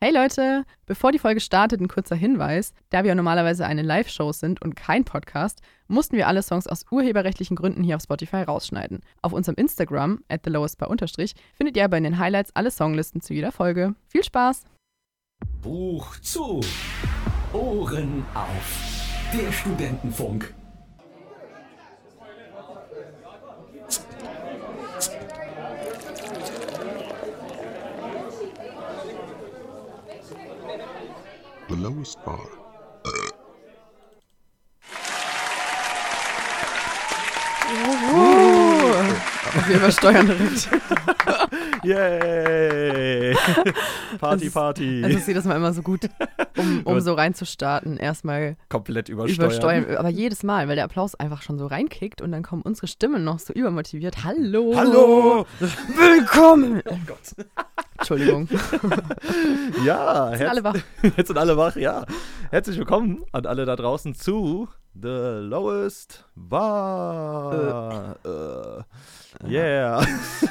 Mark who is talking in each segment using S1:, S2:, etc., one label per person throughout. S1: Hey Leute, bevor die Folge startet, ein kurzer Hinweis. Da wir ja normalerweise eine Live-Show sind und kein Podcast, mussten wir alle Songs aus urheberrechtlichen Gründen hier auf Spotify rausschneiden. Auf unserem Instagram, at findet ihr aber in den Highlights alle Songlisten zu jeder Folge. Viel Spaß!
S2: Buch zu. Ohren auf. Der Studentenfunk.
S3: The lowest bar.
S1: Wir übersteuern direkt.
S4: Yay! Party,
S1: ist-
S4: Party.
S1: Also sieht das mal immer so gut, um, um
S4: Gut.
S1: so reinzustarten. Erstmal
S4: Komplett übersteuert.
S1: übersteuern. Aber jedes Mal, weil der Applaus einfach schon so reinkickt und dann kommen unsere Stimmen noch so übermotiviert. Hallo!
S4: Hallo!
S1: Willkommen! Oh Gott. Entschuldigung.
S4: Ja,
S1: Sind alle wach.
S4: wach. Jetzt sind alle wach, ja. Herzlich willkommen an alle da draußen zu The Lowest Bar. Äh. Yeah.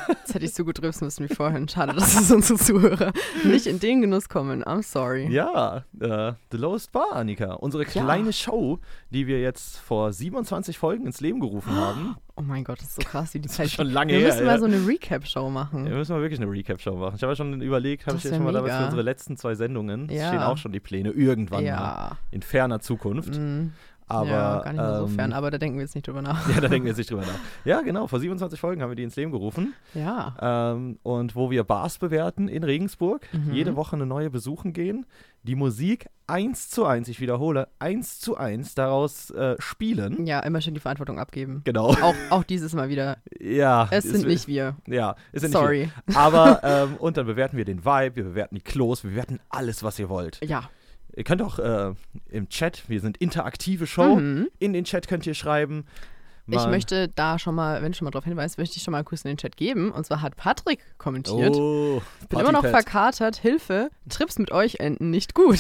S1: Jetzt hätte ich so gut rübsen müssen wie vorhin. Schade, dass es unsere Zuhörer nicht in den Genuss kommen. I'm sorry.
S4: Ja, äh, The Lowest Bar, Annika. Unsere kleine Show, die wir jetzt vor 27 Folgen ins Leben gerufen haben.
S1: Oh mein Gott, das ist so krass, wie die Zeit.
S4: schon lange
S1: Wir
S4: her,
S1: müssen mal
S4: ja.
S1: so eine Recap-Show machen.
S4: Wir müssen mal wirklich eine Recap-Show machen. Ich habe ja schon überlegt, habe
S1: Das
S4: ich
S1: wär
S4: jetzt schon mal damals
S1: mega.
S4: für unsere letzten zwei Sendungen.
S1: Ja.
S4: Es stehen auch schon die Pläne irgendwann mal.
S1: ja.
S4: In ferner Zukunft.
S1: Mm,
S4: Aber,
S1: ja, gar nicht mal so
S4: ähm,
S1: fern, aber da denken wir jetzt nicht drüber nach.
S4: ja, da denken wir sich drüber nach. Ja, genau. Vor 27 Folgen haben wir die ins Leben gerufen.
S1: Ja.
S4: Ähm, und wo wir Bars bewerten in Regensburg.
S1: Mhm.
S4: Jede Woche eine neue besuchen gehen. Die Musik eins zu eins, ich wiederhole, eins zu eins daraus äh, spielen.
S1: Ja, immer schön die Verantwortung abgeben.
S4: Genau.
S1: Auch, auch dieses Mal wieder.
S4: Ja.
S1: Es
S4: ist-
S1: sind nicht wir.
S4: Ja, ist ja nicht
S1: Sorry.
S4: viel. Aber, ähm, und dann bewerten wir den Vibe, wir bewerten die Klos, wir bewerten alles, was ihr wollt.
S1: Ja.
S4: Ihr könnt auch äh, im Chat, wir sind interaktive Show,
S1: Mhm.
S4: in den Chat könnt ihr schreiben.
S1: Ich
S4: Man-
S1: möchte da schon mal, wenn ich schon mal darauf hinweise, möchte ich schon mal kurz in den Chat geben. Und zwar hat Patrick kommentiert.
S4: Oh,
S1: Bin immer noch
S4: Partypad.
S1: verkatert. Hilfe, Trips mit euch enden nicht gut.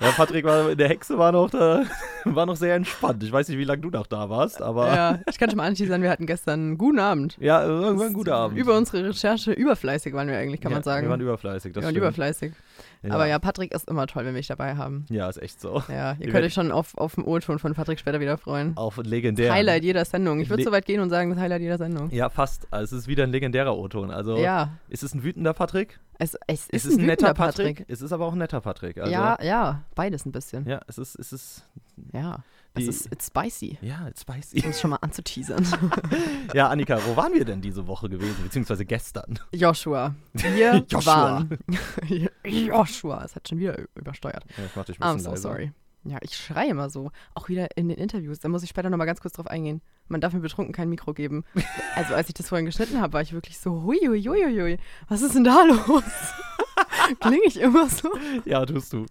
S4: Ja, Patrick war, der Hexe war noch, da, war noch sehr entspannt. Ich weiß nicht, wie lange du noch da warst, aber ja,
S1: Ja, ich kann schon mal anteasern, wir hatten gestern einen guten Abend.
S4: irgendwann ein guter Abend.
S1: Über unsere Recherche überfleißig waren wir eigentlich, kann
S4: ja,
S1: man sagen.
S4: Wir waren überfleißig, das
S1: Wir waren
S4: stimmt.
S1: überfleißig. Aber ja, Patrick ist immer toll, wenn wir dich dabei haben.
S4: Ja, ist echt so.
S1: Ja, ihr
S4: Wir Oh,
S1: könnt
S4: werden-
S1: euch schon auf, auf den O-Ton von Patrick später wieder freuen.
S4: Auf legendär.
S1: Highlight jeder Sendung. Ich würde
S4: Le-
S1: so weit gehen und sagen, das Highlight jeder Sendung.
S4: Ja, fast. Also, es ist wieder ein legendärer O-Ton. Also,
S1: Ja.
S4: ist es ein wütender Patrick?
S1: Es, es
S4: Es
S1: ist, ein, netter Patrick.
S4: Es ist aber auch ein netter Patrick. Also,
S1: ja, ja, beides ein bisschen.
S4: Ja, es ist, es ist,
S1: Ja.
S4: Die-
S1: es ist it's spicy.
S4: ja, it's
S1: Um
S4: spicy.
S1: es schon mal anzuteasern.
S4: ja, Annika, wo waren wir denn diese Woche gewesen? Beziehungsweise gestern?
S1: Joshua. Wir
S4: Joshua.
S1: waren. Joshua. Es hat schon wieder übersteuert.
S4: Ja, ich mach dich ein
S1: I'm
S4: bisschen
S1: so
S4: leiser.
S1: sorry. Ja, ich schreie immer so. Auch wieder in den Interviews. Da muss ich später nochmal ganz kurz drauf eingehen. Man darf mir betrunken kein Mikro geben. Also als ich das vorhin geschnitten habe, war ich wirklich so, hui, hui, hui, hui, hui. was ist denn da los? Klinge ich immer so?
S4: Ja, tust du.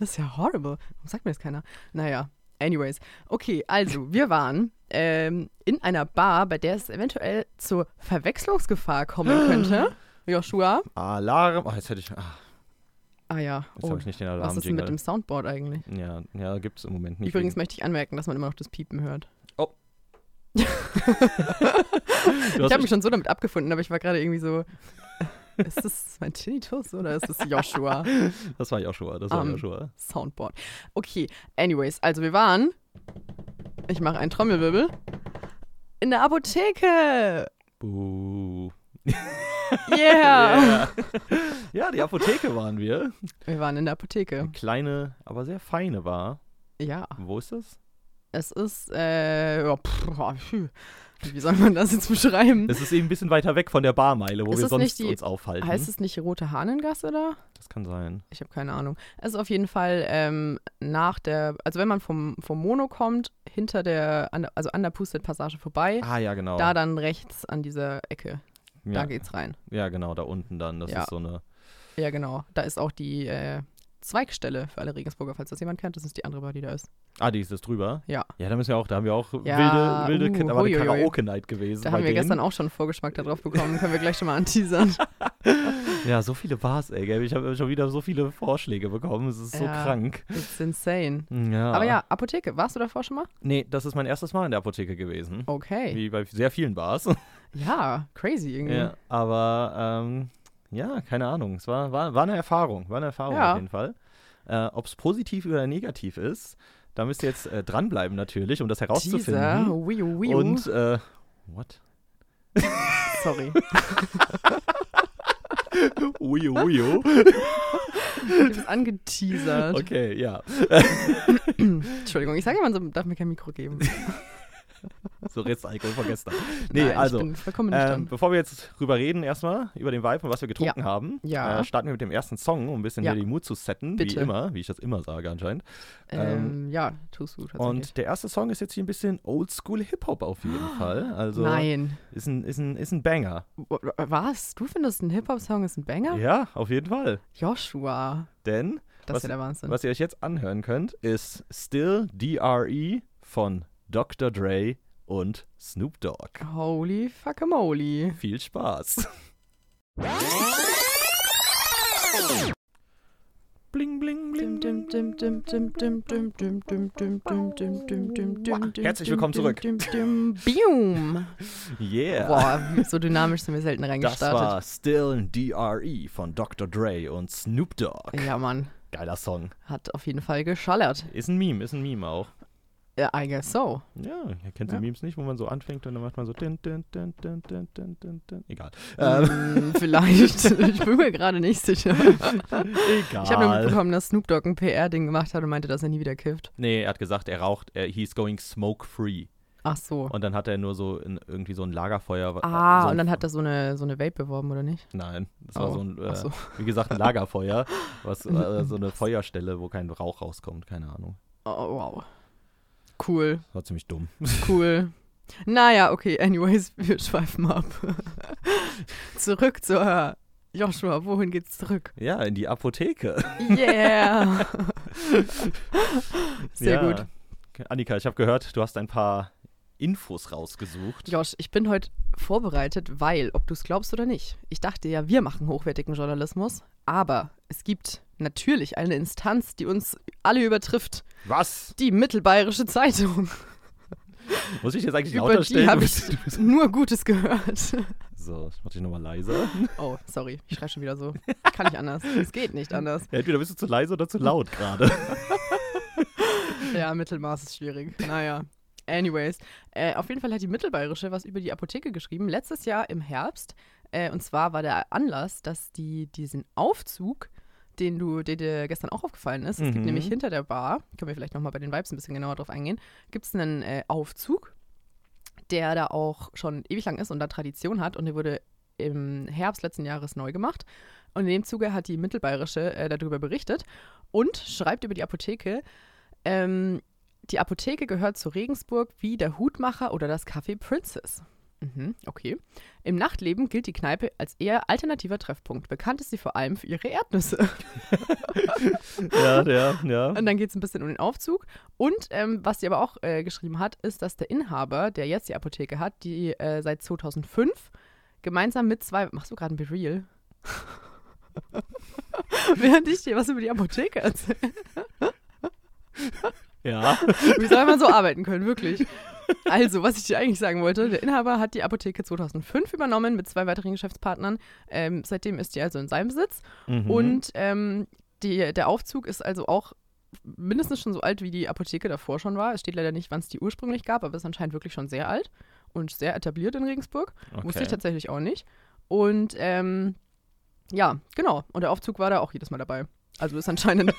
S1: Das ist ja horrible. Warum sagt mir das keiner? Naja, anyways. Okay, also wir waren ähm, in einer Bar, bei der es eventuell zur Verwechslungsgefahr kommen könnte. Joshua?
S4: Alarm. Oh, jetzt hätte ich. Ah,
S1: Ah ja.
S4: jetzt
S1: Oh,
S4: habe ich nicht den Alarm.
S1: was ist denn mit dem Soundboard eigentlich?
S4: ja, ja, gibt's im Moment nicht.
S1: Übrigens möchte ich anmerken, dass man immer noch das Piepen hört.
S4: wegen- du
S1: Ich
S4: hast
S1: habe mich schon so damit abgefunden, aber ich war gerade irgendwie so. äh, Ist das mein Tinnitus oder ist das Joshua
S4: echt- das war Joshua. Das war
S1: Am-
S4: Joshua.
S1: Soundboard? Okay, anyways, also wir waren, ich mache einen Trommelwirbel, in der Apotheke.
S4: Buh.
S1: Yeah.
S4: Yeah. ja, die Apotheke waren wir.
S1: Wir waren in der Apotheke.
S4: Eine kleine, aber sehr feine Bar.
S1: Ja,
S4: Wo ist das?
S1: es ist, äh, ja, pff, boah, phew. wie soll man das jetzt beschreiben?
S4: Es ist halt, eben ein bisschen weiter weg von der Barmeile, wo
S1: Hm? Ist
S4: wir
S1: es nicht
S4: sonst
S1: die-
S4: uns aufhalten.
S1: Heißt es nicht Rote Hahnengasse da?
S4: das kann sein.
S1: Ich habe keine Ahnung. Es ist auf jeden Fall ähm, nach der, also wenn man vom, vom Mono kommt, hinter der, an der also an der Pustet-Passage vorbei,
S4: Ah, ja, genau.
S1: da dann rechts an dieser Ecke, da
S4: ja,
S1: geht's rein.
S4: ja, genau, da unten dann. Das
S1: Ja.
S4: ist so eine.
S1: Ja, genau. Da ist auch die äh, Zweigstelle für alle Regensburger, falls das jemand kennt. Das ist die andere Bar, die da ist.
S4: Ah, die ist das drüber?
S1: Ja.
S4: Ja, da müssen wir auch, da haben wir auch
S1: Ja,
S4: wilde, wilde,
S1: uh,
S4: da war eine
S1: huiuiui.
S4: Karaoke-Night gewesen.
S1: Da
S4: bei
S1: haben wir
S4: denen.
S1: gestern auch schon einen Vorgeschmack darauf bekommen. Können wir gleich schon mal anteasern.
S4: Ja, so viele Bars, ey, gell. Ich habe schon wieder so viele Vorschläge bekommen. Es ist so
S1: Ja.
S4: krank.
S1: It's insane.
S4: Ja.
S1: Aber ja, Apotheke. Warst du davor schon mal?
S4: Nee, das ist mein erstes Mal in der Apotheke gewesen.
S1: Okay. Mhm.
S4: Wie bei sehr vielen Bars.
S1: Ja, crazy irgendwie.
S4: Ja, aber ähm, Ja, keine Ahnung. Es war, war, war eine Erfahrung. War eine Erfahrung
S1: Ja.
S4: auf jeden Fall. Äh, Ob es positiv oder negativ ist, da müsst ihr jetzt äh, dranbleiben natürlich, um das
S1: Dieser,
S4: herauszufinden.
S1: wiu, wiu.
S4: Und, äh, what?
S1: sorry.
S4: Ujo, ujo.
S1: Du bist angeteasert.
S4: Okay, ja.
S1: Entschuldigung, ich sage immer, man darf mir kein Mikro geben.
S4: So Restalkohol von gestern. Nee,
S1: Nein,
S4: also.
S1: Ich bin vollkommen
S4: Ähm,
S1: nüchtern.
S4: bevor wir jetzt drüber reden, erstmal über den Vibe und was wir getrunken haben,
S1: Ja.
S4: Äh, starten wir mit dem ersten Song, um ein bisschen
S1: Ja.
S4: hier die Mut zu setten,
S1: Bitte.
S4: wie immer, wie ich das immer sage anscheinend.
S1: Ähm, ja, tust du tatsächlich.
S4: Und der erste Song ist jetzt hier ein bisschen Oldschool-Hip-Hop auf jeden Fall. Also
S1: Nein.
S4: Ist, ein, ist, ein, ist ein Banger.
S1: W- w- Was? Du findest ein Hip-Hop-Song ist ein Banger?
S4: Ja, auf jeden Fall.
S1: Joshua.
S4: Denn
S1: Das
S4: Was-
S1: ist ja der Wahnsinn.
S4: was ihr euch jetzt anhören könnt, ist Still DRE von Dr. Dre und Snoop Dogg.
S1: Holy fuckamole.
S4: Viel Spaß. Bling, bling, bling. bling. Herzlich
S1: Herzlich
S4: willkommen zurück.
S1: Boom.
S4: Yeah.
S1: Boah, so dynamisch sind wir selten
S4: Das
S1: reingestartet.
S4: war Still DRE von Dr. Dre und Snoop Dogg.
S1: Ja, Mann.
S4: Geiler Song.
S1: Hat auf jeden Fall geschallert.
S4: Ist ein Meme, ist ein Meme auch.
S1: Ja, I guess so.
S4: Ja, ihr kennt die
S1: Ja.
S4: Memes nicht, wo man so anfängt und dann macht man so. Din, din, din, din, din, din, din, din. Egal. Ähm,
S1: Mm, Vielleicht. Ich bin mir gerade nicht sicher.
S4: egal.
S1: Ich habe nur mitbekommen, dass Snoop Dogg ein PR-Ding gemacht hat und meinte, dass er nie wieder kifft.
S4: nee, er hat gesagt, er raucht, er, he's going smoke free.
S1: Ach so.
S4: Und dann hat er nur so in, irgendwie so ein Lagerfeuer. wa-
S1: Ah,
S4: so ein-
S1: und dann hat er so eine, so eine Vape beworben, oder nicht?
S4: Nein, das
S1: Oh,
S4: war so ein, äh,
S1: ach so.
S4: wie gesagt, ein Lagerfeuer. Was, äh, so eine Feuerstelle, wo kein Rauch rauskommt, keine Ahnung.
S1: Oh, wow. Cool,
S4: Das war ziemlich dumm.
S1: cool. naja, okay, anyways, wir schweifen ab. zurück zur Joshua, wohin geht's zurück?
S4: Ja, in die Apotheke.
S1: Yeah! Sehr
S4: ja.
S1: gut.
S4: Annika, ich habe gehört, du hast ein paar Infos rausgesucht.
S1: Josh, ich bin heute vorbereitet, weil, ob du es glaubst oder nicht, ich dachte ja, wir machen hochwertigen Journalismus, aber es gibt natürlich eine Instanz, die uns alle übertrifft,
S4: Was?
S1: die Mittelbayerische Zeitung.
S4: Muss ich jetzt eigentlich
S1: Über
S4: lauter
S1: die
S4: stellen?
S1: habe ich nur Gutes gehört.
S4: So, ich mach dich nochmal leiser.
S1: Oh, sorry, ich schreibe schon wieder so. Kann nicht anders. Es geht nicht anders.
S4: Ja, entweder bist du zu leise oder zu laut gerade.
S1: Ja, Mittelmaß ist schwierig. Naja. Anyways, äh, auf jeden Fall hat die Mittelbayerische was über die Apotheke geschrieben, letztes Jahr im Herbst. Äh, und zwar war der Anlass, dass die diesen Aufzug, den du, der dir gestern auch aufgefallen ist, es
S4: Mhm.
S1: gibt nämlich hinter der Bar, können wir vielleicht nochmal bei den Vibes ein bisschen genauer drauf eingehen, gibt es einen äh, Aufzug, der da auch schon ewig lang ist und da Tradition hat und der wurde im Herbst letzten Jahres neu gemacht. Und in dem Zuge hat die Mittelbayerische äh, darüber berichtet und schreibt über die Apotheke, ähm, die Apotheke gehört zu Regensburg wie der Hutmacher oder das Café Princess. Mhm, okay. Im Nachtleben gilt die Kneipe als eher alternativer Treffpunkt. Bekannt ist sie vor allem für ihre Erdnüsse.
S4: ja, ja, ja.
S1: Und dann geht es ein bisschen um den Aufzug. Und ähm, was sie aber auch äh, geschrieben hat, ist, dass der Inhaber, der jetzt die Apotheke hat, die äh, seit 2005 gemeinsam mit zwei. Machst du gerade ein Be-Real? Während ich dir was über die Apotheke erzähle.
S4: Ja.
S1: Wie soll man so arbeiten können, wirklich? Also, was ich dir eigentlich sagen wollte, der Inhaber hat die Apotheke 2005 übernommen mit zwei weiteren Geschäftspartnern. Ähm, seitdem ist die also in seinem Besitz.
S4: Mhm.
S1: Und ähm, die, der Aufzug ist also auch mindestens schon so alt, wie die Apotheke davor schon war. Es steht leider nicht, wann es die ursprünglich gab, aber ist anscheinend wirklich schon sehr alt und sehr etabliert in Regensburg. Wusste ich
S4: Okay.
S1: tatsächlich auch nicht. Und ähm, ja, genau. Und der Aufzug war da auch jedes Mal dabei. Also ist anscheinend.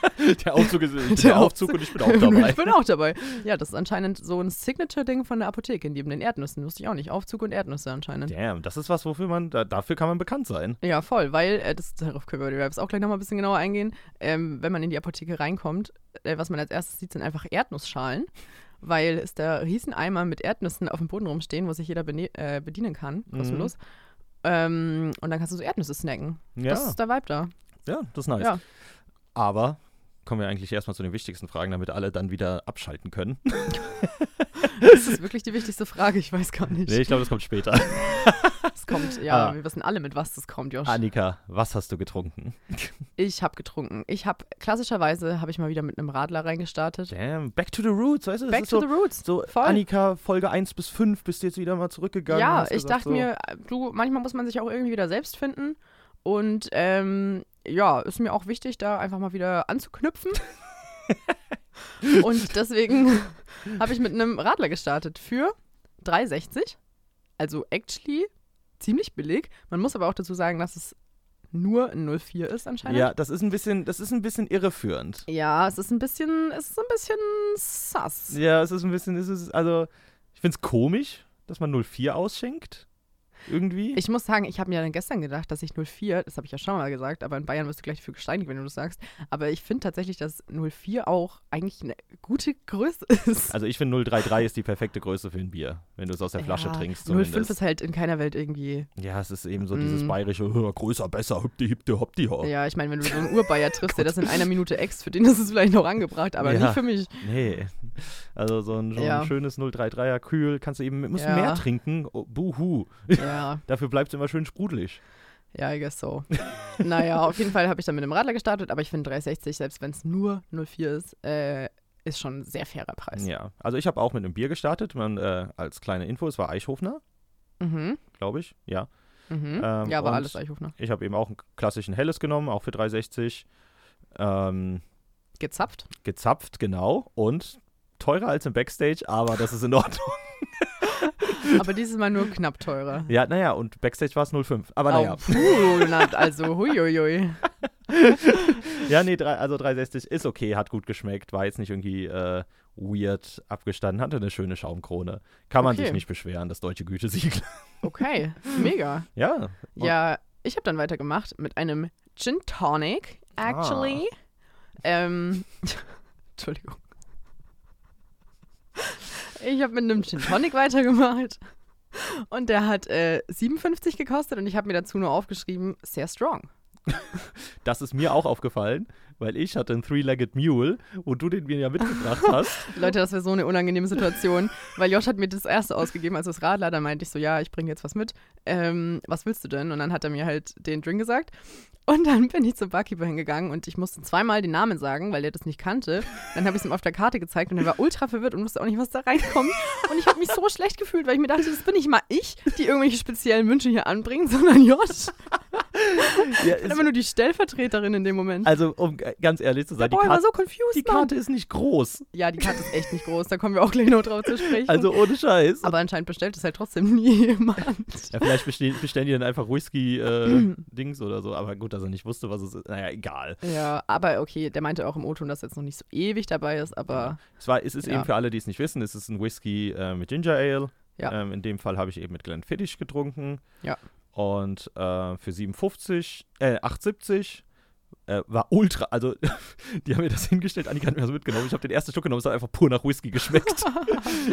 S4: Der Aufzug ist ich
S1: Der
S4: bin der Aufzug und ich bin auch
S1: ich
S4: dabei.
S1: bin auch dabei. Ja, das ist anscheinend so ein Signature-Ding von der Apotheke, neben den Erdnüssen. Wusste ich auch nicht. Aufzug und Erdnüsse anscheinend.
S4: Damn, das ist was, wofür man, da, dafür kann man bekannt sein.
S1: Ja, voll, weil, äh, das, darauf können wir über die Raps auch gleich nochmal ein bisschen genauer eingehen. Ähm, wenn man in die Apotheke reinkommt, äh, was man als erstes sieht, sind einfach Erdnussschalen, weil es da riesen Eimer mit Erdnüssen auf dem Boden rumstehen, wo sich jeder bene- äh, bedienen kann,
S4: Mhm.
S1: kostenlos. Ähm, und dann kannst du so Erdnüsse snacken.
S4: Ja,
S1: Das ist der Vibe da.
S4: ja, das ist nice.
S1: Ja.
S4: Aber kommen wir eigentlich erstmal zu den wichtigsten Fragen, damit alle dann wieder abschalten können.
S1: Das ist wirklich die wichtigste Frage, ich weiß gar nicht.
S4: Nee, ich glaube, das kommt später.
S1: Es kommt, ja,
S4: Ah.
S1: wir wissen alle, mit was das kommt, Josh.
S4: Annika, was hast du getrunken?
S1: Ich habe getrunken. Ich habe, klassischerweise habe ich mal wieder mit einem Radler reingestartet.
S4: Damn, back to the roots, weißt du? Das
S1: Back
S4: ist
S1: to
S4: so,
S1: the roots.
S4: so
S1: Voll.
S4: Annika, Folge 1 bis 5 bist du jetzt wieder mal zurückgegangen. und
S1: Ja,
S4: hast
S1: ich
S4: gesagt
S1: dachte
S4: so,
S1: mir, du, manchmal muss man sich auch irgendwie wieder selbst finden. Und ähm, ja, ist mir auch wichtig, da einfach mal wieder anzuknüpfen. Und deswegen habe ich mit einem Radler gestartet für 3,60. Also actually ziemlich billig. Man muss aber auch dazu sagen, dass es nur ein 04 ist anscheinend.
S4: Ja, das ist ein bisschen, das ist ein bisschen irreführend.
S1: Ja, es ist ein bisschen, es ist ein bisschen sass.
S4: Ja, es ist ein bisschen, es ist, also, ich finde es komisch, dass man 04 ausschenkt. Irgendwie.
S1: Ich muss sagen, ich habe mir dann gestern gedacht, dass ich 04, das habe ich ja schon mal gesagt, aber in Bayern wirst du gleich dafür gesteinigt, wenn du das sagst. Aber ich finde tatsächlich, dass 04 auch eigentlich eine gute Größe ist.
S4: also ich finde 033 ist die perfekte Größe für ein Bier, wenn du es aus der Flasche
S1: Ja,
S4: trinkst.
S1: 05
S4: Zumindest.
S1: ist halt in keiner Welt irgendwie.
S4: Ja, es ist eben so
S1: Mm.
S4: dieses bayerische, "Hö, größer, besser, hüpti, hüpti, hopti, ho.
S1: Ja, ich meine, wenn du so einen Urbayer triffst, der das in einer Minute ext, für den ist es vielleicht noch angebracht, aber
S4: Oh Ja.
S1: nicht für mich.
S4: Nee. Also so ein, so ein
S1: Ja.
S4: schönes 033er Kühl kannst du eben, musst
S1: Ja.
S4: mehr trinken. Oh, buhu.
S1: Ja,
S4: Dafür bleibt es immer schön sprudelig.
S1: ja, I guess so. naja, auf jeden Fall habe ich dann mit dem Radler gestartet, aber ich finde 360, selbst wenn es nur 04 ist, äh, ist schon ein sehr fairer Preis.
S4: Ja. Also ich habe auch mit einem Bier gestartet. Man, äh, als kleine Info, es war Eichhofner,
S1: Mhm,
S4: glaube ich. Ja.
S1: mhm.
S4: Ähm,
S1: ja, aber
S4: und-
S1: alles ne? Eichhofner.
S4: Ich habe eben auch einen klassischen Helles genommen, auch für 360. Ähm,
S1: Gezapft.
S4: gezapft, genau. Und teurer als im Backstage, aber das ist in Ordnung.
S1: Aber dieses Mal nur knapp teurer.
S4: ja, naja, und Backstage war es 05. Aber naja.
S1: Oh, puh, na, also huiuiui.
S4: Ja, nee, drei, also 360 ist okay, hat gut geschmeckt, war jetzt nicht irgendwie äh, weird abgestanden, hatte eine schöne Schaumkrone. Kann man
S1: Okay.
S4: sich nicht beschweren, das deutsche Gütesiegel.
S1: Okay, mega.
S4: ja.
S1: Ja, ich habe dann weitergemacht mit einem Gin Tonic, actually.
S4: Ah.
S1: Ähm, Entschuldigung. Ich habe mit einem Gin Tonic weitergemacht. Und der hat äh, 57 gekostet und ich habe mir dazu nur aufgeschrieben, sehr strong.
S4: Das ist mir auch aufgefallen, weil ich hatte einen Three-Legged Mule, wo du den mir ja mitgebracht hast.
S1: Leute, das wäre so eine unangenehme Situation, weil Josh hat mir das erste ausgegeben, also das Radler, dann meinte ich so, ja, ich bringe jetzt was mit, ähm, was willst du denn? Und dann hat er mir halt den Drink gesagt und dann bin ich zum Barkeeper hingegangen und ich musste zweimal den Namen sagen, weil er das nicht kannte. Dann habe ich es ihm auf der Karte gezeigt und er war ultra verwirrt und wusste auch nicht, was da reinkommt. Und ich habe mich so schlecht gefühlt, weil ich mir dachte, das bin nicht mal ich, die irgendwelche speziellen Wünsche hier anbringen, sondern Josh.
S4: Ja,
S1: Ich bin
S4: es-
S1: immer nur die Stellvertreterin in dem Moment.
S4: also, um g- ganz ehrlich zu
S1: Der
S4: sein, die,
S1: Boy war
S4: Karte,
S1: so confused,
S4: die
S1: Mann.
S4: Karte ist nicht groß.
S1: Ja, die Karte ist echt nicht groß, da kommen wir auch gleich noch drauf zu sprechen.
S4: Also ohne Scheiß.
S1: Aber anscheinend bestellt es halt trotzdem nie jemand.
S4: Ja, vielleicht bestellen, bestellen die dann einfach Whisky-Dings oder so, aber gut, dass er nicht wusste, was es ist. Naja, egal.
S1: Ja, aber okay, der meinte auch im O-Ton, dass er jetzt noch nicht so ewig dabei ist, aber
S4: Es, war, es ist
S1: Ja.
S4: eben für alle, die es nicht wissen, es ist ein Whisky äh, mit Ginger Ale.
S1: Ja.
S4: Ähm, in dem Fall habe ich eben mit Glenfiddich getrunken.
S1: Ja.
S4: Und äh, für 57, äh, 870 äh, war ultra, also die haben mir das hingestellt, Annika hat mir das mitgenommen. Ich habe den ersten Schluck genommen, es hat einfach pur nach Whisky geschmeckt.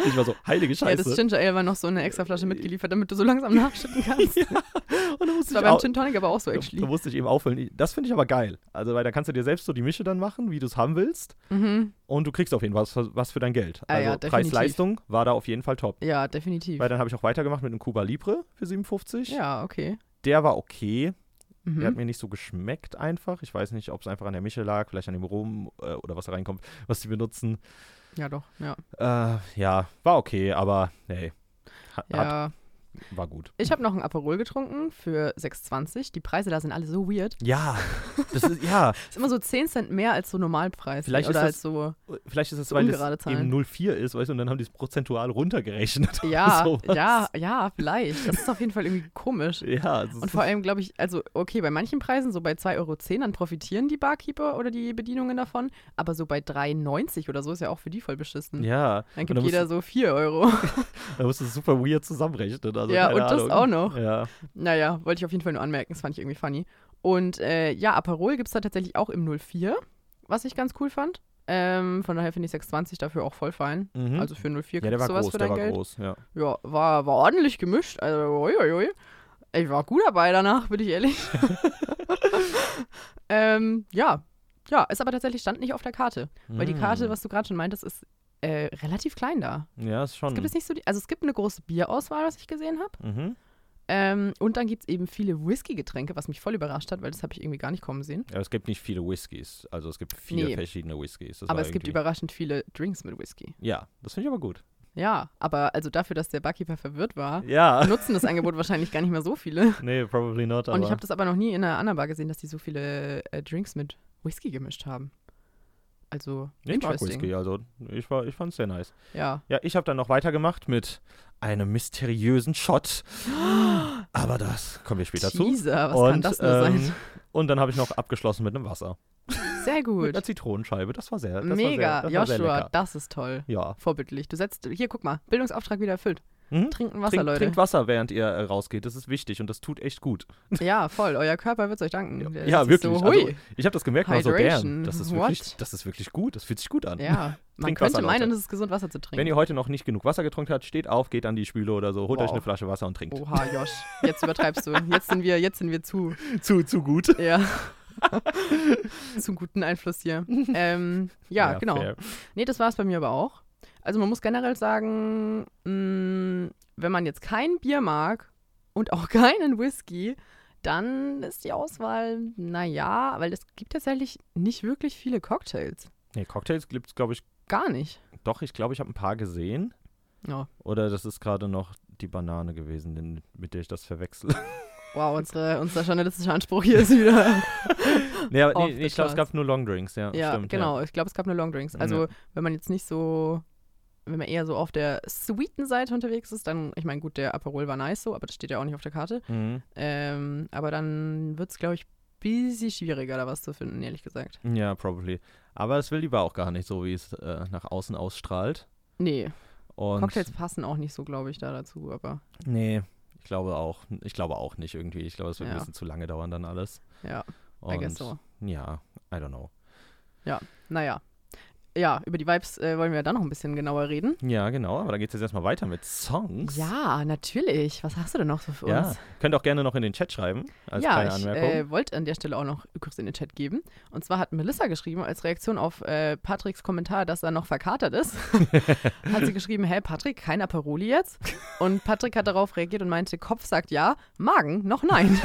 S4: ich war so, heilige
S1: ja,
S4: Scheiße. Äh,
S1: das Ginger Ale war noch so eine extra Flasche mitgeliefert, damit du so langsam nachschütten kannst.
S4: Und dann
S1: Das
S4: musste
S1: war
S4: ich
S1: beim
S4: au-
S1: Gin Tonic aber auch so,
S4: da, da
S1: actually.
S4: musste ich eben auffüllen. Das finde ich aber geil. Also, weil da kannst du dir selbst so die Mische dann machen, wie du es haben willst.
S1: Mhm.
S4: Und du kriegst auf jeden Fall was, was für dein Geld.
S1: Ah ja,
S4: Also,
S1: definitiv.
S4: Preis-Leistung war da auf jeden Fall top.
S1: Ja, definitiv.
S4: Weil dann habe ich auch weitergemacht mit einem Cuba Libre für 57.
S1: Ja, okay.
S4: Der war okay. Der hat
S1: Mhm.
S4: mir nicht so geschmeckt einfach. Ich weiß nicht, ob es einfach an der Mische lag, vielleicht an dem Rum äh, oder was da reinkommt, was die benutzen.
S1: Ja, doch. Ja.
S4: Äh, ja, war okay, aber hey, hat, hat,
S1: ja.
S4: war gut.
S1: Ich habe noch ein Aperol getrunken für 6,20. Die Preise da sind alle so weird.
S4: Ja, das ist, ja,
S1: Ist immer so 10 Cent mehr als so Normalpreis.
S4: Vielleicht
S1: Oder
S4: ist
S1: als
S4: das-
S1: so.
S4: vielleicht ist es,
S1: So
S4: weil
S1: ungerade
S4: es
S1: Zahlen.
S4: eben 04 ist, weißt du, und dann haben die es prozentual runtergerechnet. oder
S1: Ja,
S4: sowas.
S1: ja, ja, vielleicht. Das ist auf jeden Fall irgendwie komisch.
S4: Ja, das
S1: Und
S4: ist-
S1: vor allem glaube ich, also okay, bei manchen Preisen, so bei 2,10 Euro, dann profitieren die Barkeeper oder die Bedienungen davon, aber so bei 3,90 oder so ist ja auch für die voll beschissen.
S4: ja,
S1: Dann
S4: Und
S1: gibt
S4: musst-
S1: jeder so 4 Euro.
S4: da musst du super weird zusammenrechnen. Also,
S1: Ja,
S4: keine
S1: und das
S4: Ahnung.
S1: auch noch.
S4: Ja,
S1: naja, wollte ich auf jeden Fall nur anmerken, das fand ich irgendwie funny. Und äh, ja, Aperol gibt es da tatsächlich auch im 04, was ich ganz cool fand. Ähm, von daher finde ich 6,20 dafür auch voll fein.
S4: mhm.
S1: Also für 04
S4: ja der
S1: kriegst
S4: war
S1: du sowas
S4: groß,
S1: für
S4: der
S1: dein
S4: war
S1: Geld.
S4: groß. Ja.
S1: Ja, war, war ordentlich gemischt. Also, uiuiui. Ich war gut dabei danach, bin ich ehrlich. ähm, ja. Ja, ist aber tatsächlich stand nicht auf der Karte. Weil die Karte,
S4: Mm.
S1: was du gerade schon meintest, ist äh, relativ klein da.
S4: Ja, ist schon.
S1: Es gibt es nicht so die, also es gibt eine große Bierauswahl, was ich gesehen habe.
S4: mhm.
S1: Ähm, und dann gibt es eben viele Whisky-Getränke, was mich voll überrascht hat, weil das habe ich irgendwie gar nicht kommen sehen.
S4: Ja, es gibt nicht viele Whiskys. Also es gibt viele
S1: Nee.
S4: verschiedene Whiskys. Das
S1: aber
S4: war
S1: es gibt
S4: irgendwie-
S1: überraschend viele Drinks mit Whisky.
S4: Ja, das finde ich aber gut.
S1: Ja, aber also dafür, dass der Barkeeper verwirrt war,
S4: Ja.
S1: nutzen das Angebot wahrscheinlich gar nicht mehr so viele.
S4: Nee, probably not. Aber
S1: Und ich habe das aber noch nie in einer anderen Bar gesehen, dass die so viele äh, Drinks mit Whisky gemischt haben. Also,
S4: ich mag
S1: interesting.
S4: Whisky, also ich, war, ich fand's sehr nice.
S1: Ja.
S4: Ja, ich habe dann noch weitergemacht mit einem mysteriösen Shot. Aber das kommen wir später zu.
S1: Teaser, was
S4: und,
S1: kann das nur
S4: ähm, Und dann habe ich noch abgeschlossen mit einem Wasser.
S1: sein? Sehr
S4: Mit
S1: gut.
S4: einer Zitronenscheibe. Das war sehr, das
S1: Mega.
S4: war sehr, das War sehr
S1: Joshua,
S4: lecker.
S1: das ist toll.
S4: ja.
S1: Vorbildlich. Du setzt, hier, guck mal, Bildungsauftrag wieder erfüllt.
S4: Mhm.
S1: Trinken Wasser,
S4: Trinkt-
S1: Leute.
S4: Trinkt Wasser, während ihr äh, rausgeht. Das ist wichtig und das tut echt gut.
S1: Ja, voll. Euer Körper wird euch danken. Der
S4: ja,
S1: ist
S4: wirklich.
S1: So,
S4: also,
S1: hui.
S4: ich habe das gemerkt, war so,
S1: Hydration.
S4: damn, das ist, wirklich,
S1: What?
S4: das ist wirklich gut. Das fühlt sich gut an.
S1: ja, man
S4: Trinkt
S1: könnte
S4: Wasser,
S1: meinen,
S4: Leute.
S1: es ist gesund, Wasser zu
S4: Wenn
S1: trinken.
S4: ihr heute noch nicht genug Wasser getrunken habt, steht auf, geht an die Spüle oder so,
S1: Wow.
S4: holt
S1: Oh.
S4: euch eine Flasche Wasser und trinkt.
S1: Oha, Josh, jetzt übertreibst du. Jetzt sind wir, jetzt sind wir zu,
S4: Zu, zu gut.
S1: ja. Zum guten Einfluss hier. Ähm, ja, genau.
S4: fair.
S1: Nee, das war es bei mir aber auch. Also man muss generell sagen, mh, wenn man jetzt kein Bier mag und auch keinen Whisky, dann ist die Auswahl, naja, weil es gibt tatsächlich nicht wirklich viele Cocktails.
S4: Nee, Cocktails gibt's, glaube ich,
S1: Gar nicht.
S4: doch, ich glaube, ich habe ein paar gesehen.
S1: Ja.
S4: Oder das ist gerade noch die Banane gewesen, den- mit der ich das verwechsel.
S1: Wow, unsere, unser journalistischer Anspruch hier ist wieder.
S4: nee, aber,
S1: Off
S4: nee,
S1: the
S4: nee ich glaube, es
S1: charts.
S4: gab nur Longdrinks, ja.
S1: ja,
S4: stimmt,
S1: genau. Ich glaube, es gab nur Longdrinks. Also, wenn man jetzt nicht so, wenn man eher so auf der sweeten Seite unterwegs ist, dann, ich meine, gut, der Aperol war nice so, aber das steht ja auch nicht auf der Karte.
S4: Ja. Mhm.
S1: Ähm, aber dann wird es, glaube ich, ein bisschen schwieriger, da was zu finden, ehrlich gesagt.
S4: ja, probably. Aber es will die Bar auch gar nicht so, wie es äh, nach außen ausstrahlt.
S1: Nee,
S4: Und
S1: Cocktails passen auch nicht so, glaube ich, da dazu, aber
S4: Nee, ich glaube auch. Ich glaube auch nicht irgendwie. Ich glaube, es wird
S1: Ja.
S4: ein bisschen zu lange dauern dann alles.
S1: Ja, I
S4: Und,
S1: guess so.
S4: Ja, I don't know.
S1: Naja. Ja, über die Vibes äh, wollen wir dann noch ein bisschen genauer reden.
S4: Ja, genau, aber dann geht es jetzt erstmal weiter mit Songs.
S1: Ja, natürlich. Was hast du denn noch so für
S4: Ja,
S1: uns?
S4: könnt auch gerne noch in den Chat schreiben, als kleine
S1: ja, ich
S4: Anmerkung.
S1: äh, wollte an der Stelle auch noch kurz in den Chat geben. Und zwar hat Melissa geschrieben, als Reaktion auf äh, Patricks Kommentar, dass er noch verkatert ist, hat sie geschrieben, hey Patrick, kein Aperoli jetzt? Und Patrick hat darauf reagiert und meinte, Kopf sagt ja, Magen noch nein.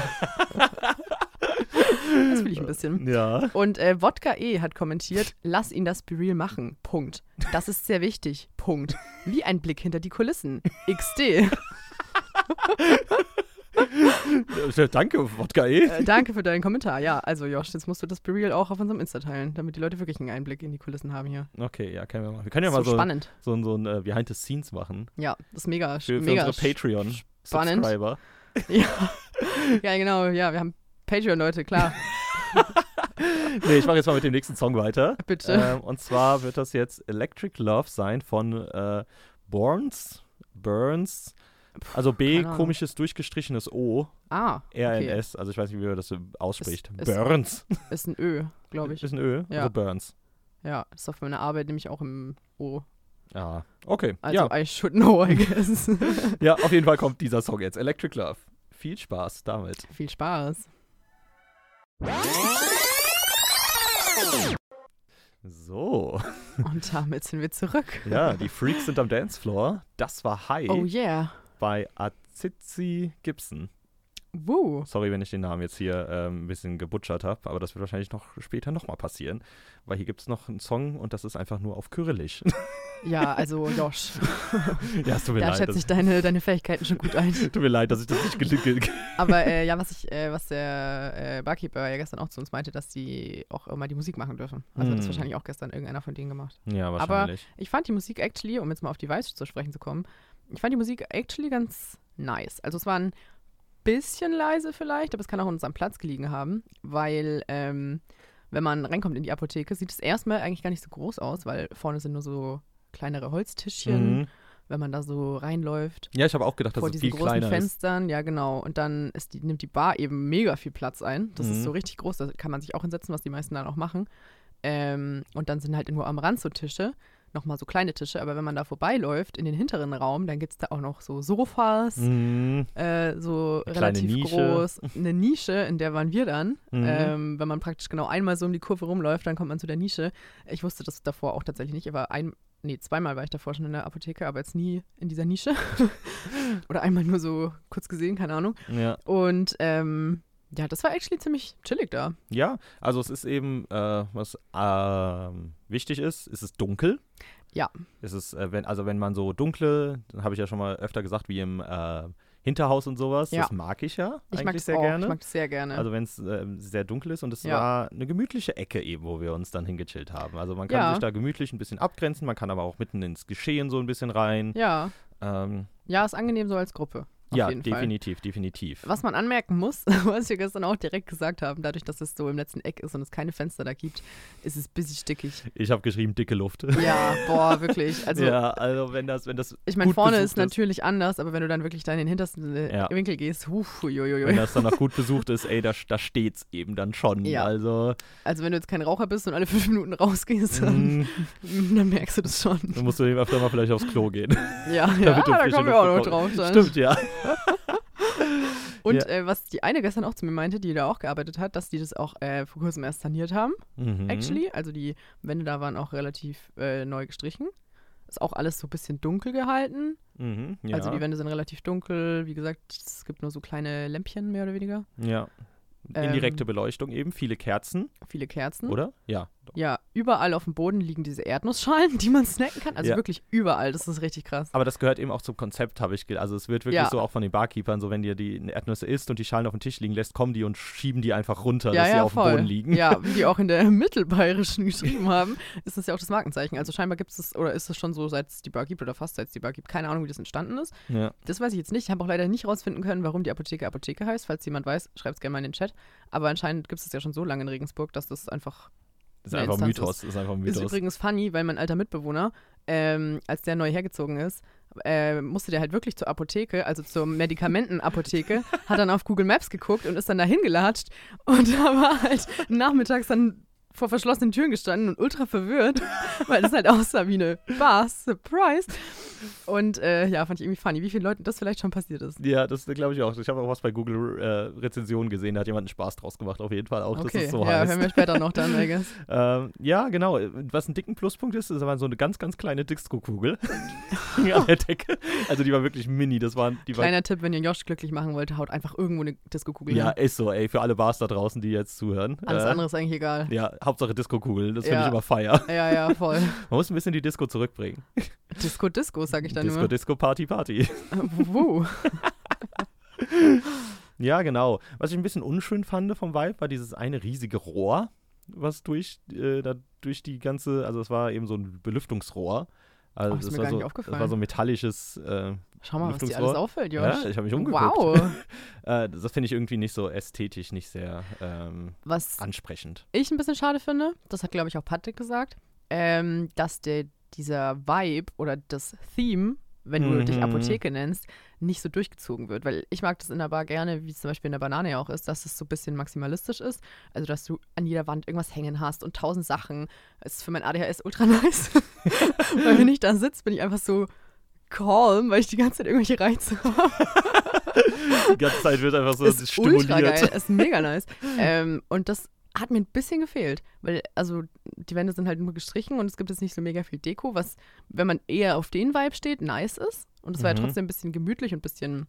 S1: das will ich ein bisschen.
S4: ja.
S1: Und äh, Wodka E hat kommentiert, lass ihn das Bereal machen. Punkt. Das ist sehr wichtig. Punkt. Wie ein Blick hinter die Kulissen. XD.
S4: Äh, Danke, Wodka eh.
S1: Äh, danke für deinen Kommentar. Ja, also Josh, jetzt musst du das Bereal auch auf unserem Insta teilen, damit die Leute wirklich einen Einblick in die Kulissen haben hier.
S4: Okay, ja, können wir machen. Wir können ja
S1: so,
S4: mal so, ein-
S1: spannend.
S4: so, ein- so ein äh, Behind the Scenes machen.
S1: Ja, das ist mega.
S4: Für, für
S1: mega
S4: unsere Patreon-Subscriber.
S1: ja. ja, genau. Ja, wir haben Patreon-Leute, klar.
S4: Nee, ich mache jetzt mal mit dem nächsten Song weiter.
S1: Bitte.
S4: Ähm, und zwar wird das jetzt Electric Love sein von äh, Burns. Burns. Also B,
S1: keine Ahnung.
S4: komisches durchgestrichenes O,
S1: ah, okay.
S4: R-N-S. Also ich weiß nicht, wie man das so ausspricht.
S1: Ist- ist-
S4: Burns.
S1: ist ein Ö, glaube ich.
S4: Ist ein Ö.
S1: Ja.
S4: Also Burns.
S1: Ja, ist auf meiner Arbeit nämlich auch im O.
S4: Ah, okay.
S1: Also
S4: ja.
S1: I should know, I guess.
S4: ja, auf jeden Fall kommt dieser Song jetzt. Electric Love. Viel Spaß damit.
S1: Viel Spaß.
S4: So.
S1: Und damit sind wir zurück.
S4: Ja, die Freaks sind am Dancefloor. Das war High
S1: Oh yeah.
S4: bei Azizi Gibson.
S1: Woo.
S4: Sorry, wenn ich den Namen jetzt hier ähm, ein bisschen gebutschert habe, aber das wird wahrscheinlich noch später nochmal passieren, weil hier gibt es noch einen Song und das ist einfach nur auf Kyrillisch.
S1: Ja, also Josh,
S4: ja, es tut mir,
S1: da
S4: leid,
S1: schätze
S4: das,
S1: ich deine, deine Fähigkeiten schon gut ein.
S4: tut mir leid, dass ich das nicht gelitten
S1: Aber äh, ja, was ich, äh, was der äh, Barkeeper ja gestern auch zu uns meinte, dass die auch immer die Musik machen dürfen. Also das
S4: Mm.
S1: wahrscheinlich auch gestern irgendeiner von denen gemacht.
S4: Ja, wahrscheinlich.
S1: Ich fand die Musik actually, um jetzt mal auf die Vibes zu sprechen zu kommen, ich fand die Musik actually ganz nice. Also es war ein bisschen leise vielleicht, aber es kann auch an unserem Platz gelegen haben, weil ähm, wenn man reinkommt in die Apotheke, sieht es erstmal eigentlich gar nicht so groß aus, weil vorne sind nur so kleinere Holztischchen,
S4: Mhm.
S1: wenn man da so reinläuft
S4: Ja, ich habe auch gedacht, dass
S1: ähm, vor
S4: es viel
S1: diesen großen
S4: kleiner ist.
S1: Fenstern, ja genau. Und dann ist die, nimmt die Bar eben mega viel Platz ein. Das ist
S4: Mhm.
S1: so richtig groß, da kann man sich auch hinsetzen, was die meisten dann auch machen. Ähm, und dann sind halt nur am Rand so Tische, nochmal so kleine Tische, aber wenn man da vorbeiläuft in den hinteren Raum, dann gibt es da auch noch so Sofas,
S4: Mhm.
S1: äh, so
S4: Eine kleine
S1: relativ
S4: Nische.
S1: groß, eine Nische, in der waren wir dann.
S4: Mhm.
S1: Ähm, wenn man praktisch genau einmal so um die Kurve rumläuft, dann kommt man zu der Nische. Ich wusste das davor auch tatsächlich nicht, aber ein, nee, zweimal war ich davor schon in der Apotheke, aber jetzt nie in dieser Nische. Oder einmal nur so kurz gesehen, keine Ahnung.
S4: Ja.
S1: Und ähm, ja, das war actually ziemlich chillig da.
S4: ja, also es ist eben, äh, was ähm, wichtig ist, es ist dunkel.
S1: Ja.
S4: Es ist, äh, wenn, also wenn man so dunkle, habe ich ja schon mal öfter gesagt, wie im äh, Hinterhaus und sowas,
S1: Ja.
S4: das mag ich ja
S1: Ich
S4: eigentlich
S1: mag das
S4: sehr
S1: auch.
S4: gerne.
S1: Ich mag das sehr gerne.
S4: Also wenn es ähm, sehr dunkel ist und es
S1: ne? Ja.
S4: war eine gemütliche Ecke eben, wo wir uns dann hingechillt haben. Also man kann
S1: Ja.
S4: sich da gemütlich ein bisschen abgrenzen, man kann aber auch mitten ins Geschehen so ein bisschen rein.
S1: ja.
S4: Ähm,
S1: Ja, ist angenehm so als Gruppe. Auf
S4: ja,
S1: jeden Fall.
S4: definitiv, definitiv.
S1: Was man anmerken muss, was wir gestern auch direkt gesagt haben, dadurch, dass es so im letzten Eck ist und es keine Fenster da gibt, ist es bissig stickig.
S4: Ich habe geschrieben, dicke Luft.
S1: Ja, boah, wirklich. Also,
S4: ja, also wenn das, wenn das
S1: ich meine,
S4: gut
S1: vorne
S4: besucht
S1: ist natürlich anders, aber wenn du dann wirklich da in den hintersten äh,
S4: Ja.
S1: Winkel gehst, huf,
S4: wenn
S1: huiuiui.
S4: das dann noch gut besucht ist, ey, da, da steht's eben dann schon.
S1: Ja.
S4: Also
S1: Also, wenn du jetzt kein Raucher bist und alle fünf Minuten rausgehst, dann,
S4: mh,
S1: Mhm. dann merkst du das schon.
S4: hm, dann musst du eben öfter mal vielleicht aufs Klo gehen.
S1: Ja, ja
S4: damit du
S1: da
S4: frische
S1: kommen wir auch noch
S4: Luft
S1: drauf.
S4: bekommst.
S1: Dann.
S4: Stimmt, ja.
S1: Und
S4: Ja.
S1: äh, was die eine gestern auch zu mir meinte, die da auch gearbeitet hat, dass die das auch äh, vor kurzem erst saniert haben,
S4: Mhm.
S1: actually. Also die Wände da waren auch relativ äh, neu gestrichen. Ist auch alles so ein bisschen dunkel gehalten.
S4: Mhm, ja.
S1: Also die Wände sind relativ dunkel. Wie gesagt, es gibt nur so kleine Lämpchen mehr oder weniger.
S4: ja.
S1: Ähm, Hm?
S4: Indirekte Beleuchtung eben, viele Kerzen,
S1: Viele Kerzen.
S4: oder? Ja.
S1: Ja, überall auf dem Boden liegen diese Erdnussschalen, die man snacken kann. Also
S4: Ja.
S1: wirklich überall. Das ist richtig krass.
S4: Aber das gehört eben auch zum Konzept, habe ich ge- Also es wird wirklich
S1: Ja.
S4: so auch von den Barkeepern, so wenn dir die Erdnüsse isst und die Schalen auf dem Tisch liegen lässt, kommen die und schieben die einfach runter,
S1: ja,
S4: dass sie
S1: ja,
S4: auf
S1: voll.
S4: dem Boden liegen.
S1: Ja, wie die auch in der mittelbayerischen geschrieben haben, ist das ja auch das Markenzeichen. Also scheinbar gibt es, oder ist es schon so, seit es die Bar gibt oder fast seit es die Bar gibt. Keine Ahnung, wie das entstanden ist.
S4: Ja.
S1: Das weiß ich jetzt nicht. Ich habe auch leider nicht rausfinden können, warum die Apotheke Apotheke heißt. Falls jemand weiß, schreibt es gerne mal in den Chat. Aber anscheinend gibt es das ja schon so lange in Regensburg, dass das einfach.
S4: Ist
S1: Eine
S4: einfach ein
S1: Instanz
S4: Mythos. Ist einfach ein
S1: Ist
S4: Mythos.
S1: übrigens funny, weil mein alter Mitbewohner, ähm, als der neu hergezogen ist, äh, musste der halt wirklich zur Apotheke, also zur Medikamentenapotheke, hat dann auf Google Maps geguckt und ist dann dahin gelatscht und da war halt nachmittags dann vor verschlossenen Türen gestanden und ultra verwirrt, weil das halt aussah wie eine Bar, surprise. Und äh, ja, fand ich irgendwie funny, wie vielen Leuten das vielleicht schon passiert ist.
S4: Ja, das glaube ich auch. Ich habe auch was bei Google äh, Rezensionen gesehen, da hat jemand einen Spaß draus gemacht, auf jeden Fall auch, dass
S1: Okay,
S4: es so
S1: ja,
S4: heißt.
S1: hören wir später noch dann, I guess.
S4: Ähm, ja, genau. Was ein dicken Pluspunkt ist, ist aber so eine ganz, ganz kleine Disco-Kugel an der Decke. Also die war wirklich mini. Das waren, die war,
S1: Kleiner Tipp, wenn ihr Josh glücklich machen wollt, haut einfach irgendwo eine Disco-Kugel
S4: ja,
S1: hin.
S4: ist so, ey, für alle Bars da draußen, die jetzt zuhören.
S1: ne? Alles
S4: Äh,
S1: andere ist eigentlich egal.
S4: Ja, Hauptsache Disco-Kugel. Das finde
S1: Ja.
S4: ich immer feier.
S1: Ja, ja, voll.
S4: Man muss ein bisschen die Disco zurückbringen.
S1: Disco, Disco, sag ich dann
S4: Disco,
S1: nur.
S4: Disco, Party, Party.
S1: Wuhu.
S4: Ja, genau. Was ich ein bisschen unschön fand vom Vibe, war dieses eine riesige Rohr, was durch, äh, da durch die ganze, also es war eben so ein Belüftungsrohr. Also
S1: Oh, ist
S4: das
S1: mir
S4: war
S1: gar
S4: so,
S1: nicht
S4: Das war
S1: aufgefallen.
S4: so ein metallisches, äh,
S1: Schau mal, was dir
S4: Lüftungsrohr.
S1: alles auffällt, Josh.
S4: ja, ich habe mich umgeguckt.
S1: wow.
S4: Äh, das finde ich irgendwie nicht so ästhetisch, nicht sehr ähm,
S1: Was
S4: ansprechend.
S1: ich ein bisschen schade finde, das hat, glaube ich, auch Patrick gesagt, ähm, dass der, dieser Vibe oder das Theme, wenn du
S4: Mhm.
S1: dich Apotheke nennst, nicht so durchgezogen wird. Weil ich mag das in der Bar gerne, wie es zum Beispiel in der Banane ja auch ist, dass es so ein bisschen maximalistisch ist. Also, dass du an jeder Wand irgendwas hängen hast und tausend Sachen. Das ist für mein ADHS ultra nice. weil wenn ich da sitze, bin ich einfach so calm, weil ich die ganze Zeit irgendwelche Reize habe.
S4: Die ganze Zeit wird einfach so
S1: ist ultra geil,
S4: stimuliert.
S1: ist mega nice. ähm, und das hat mir ein bisschen gefehlt, weil also die Wände sind halt nur gestrichen und es gibt jetzt nicht so mega viel Deko, was, wenn man eher auf den Vibe steht, nice ist. Und es war ja
S4: Mhm.
S1: trotzdem ein bisschen gemütlich und ein bisschen,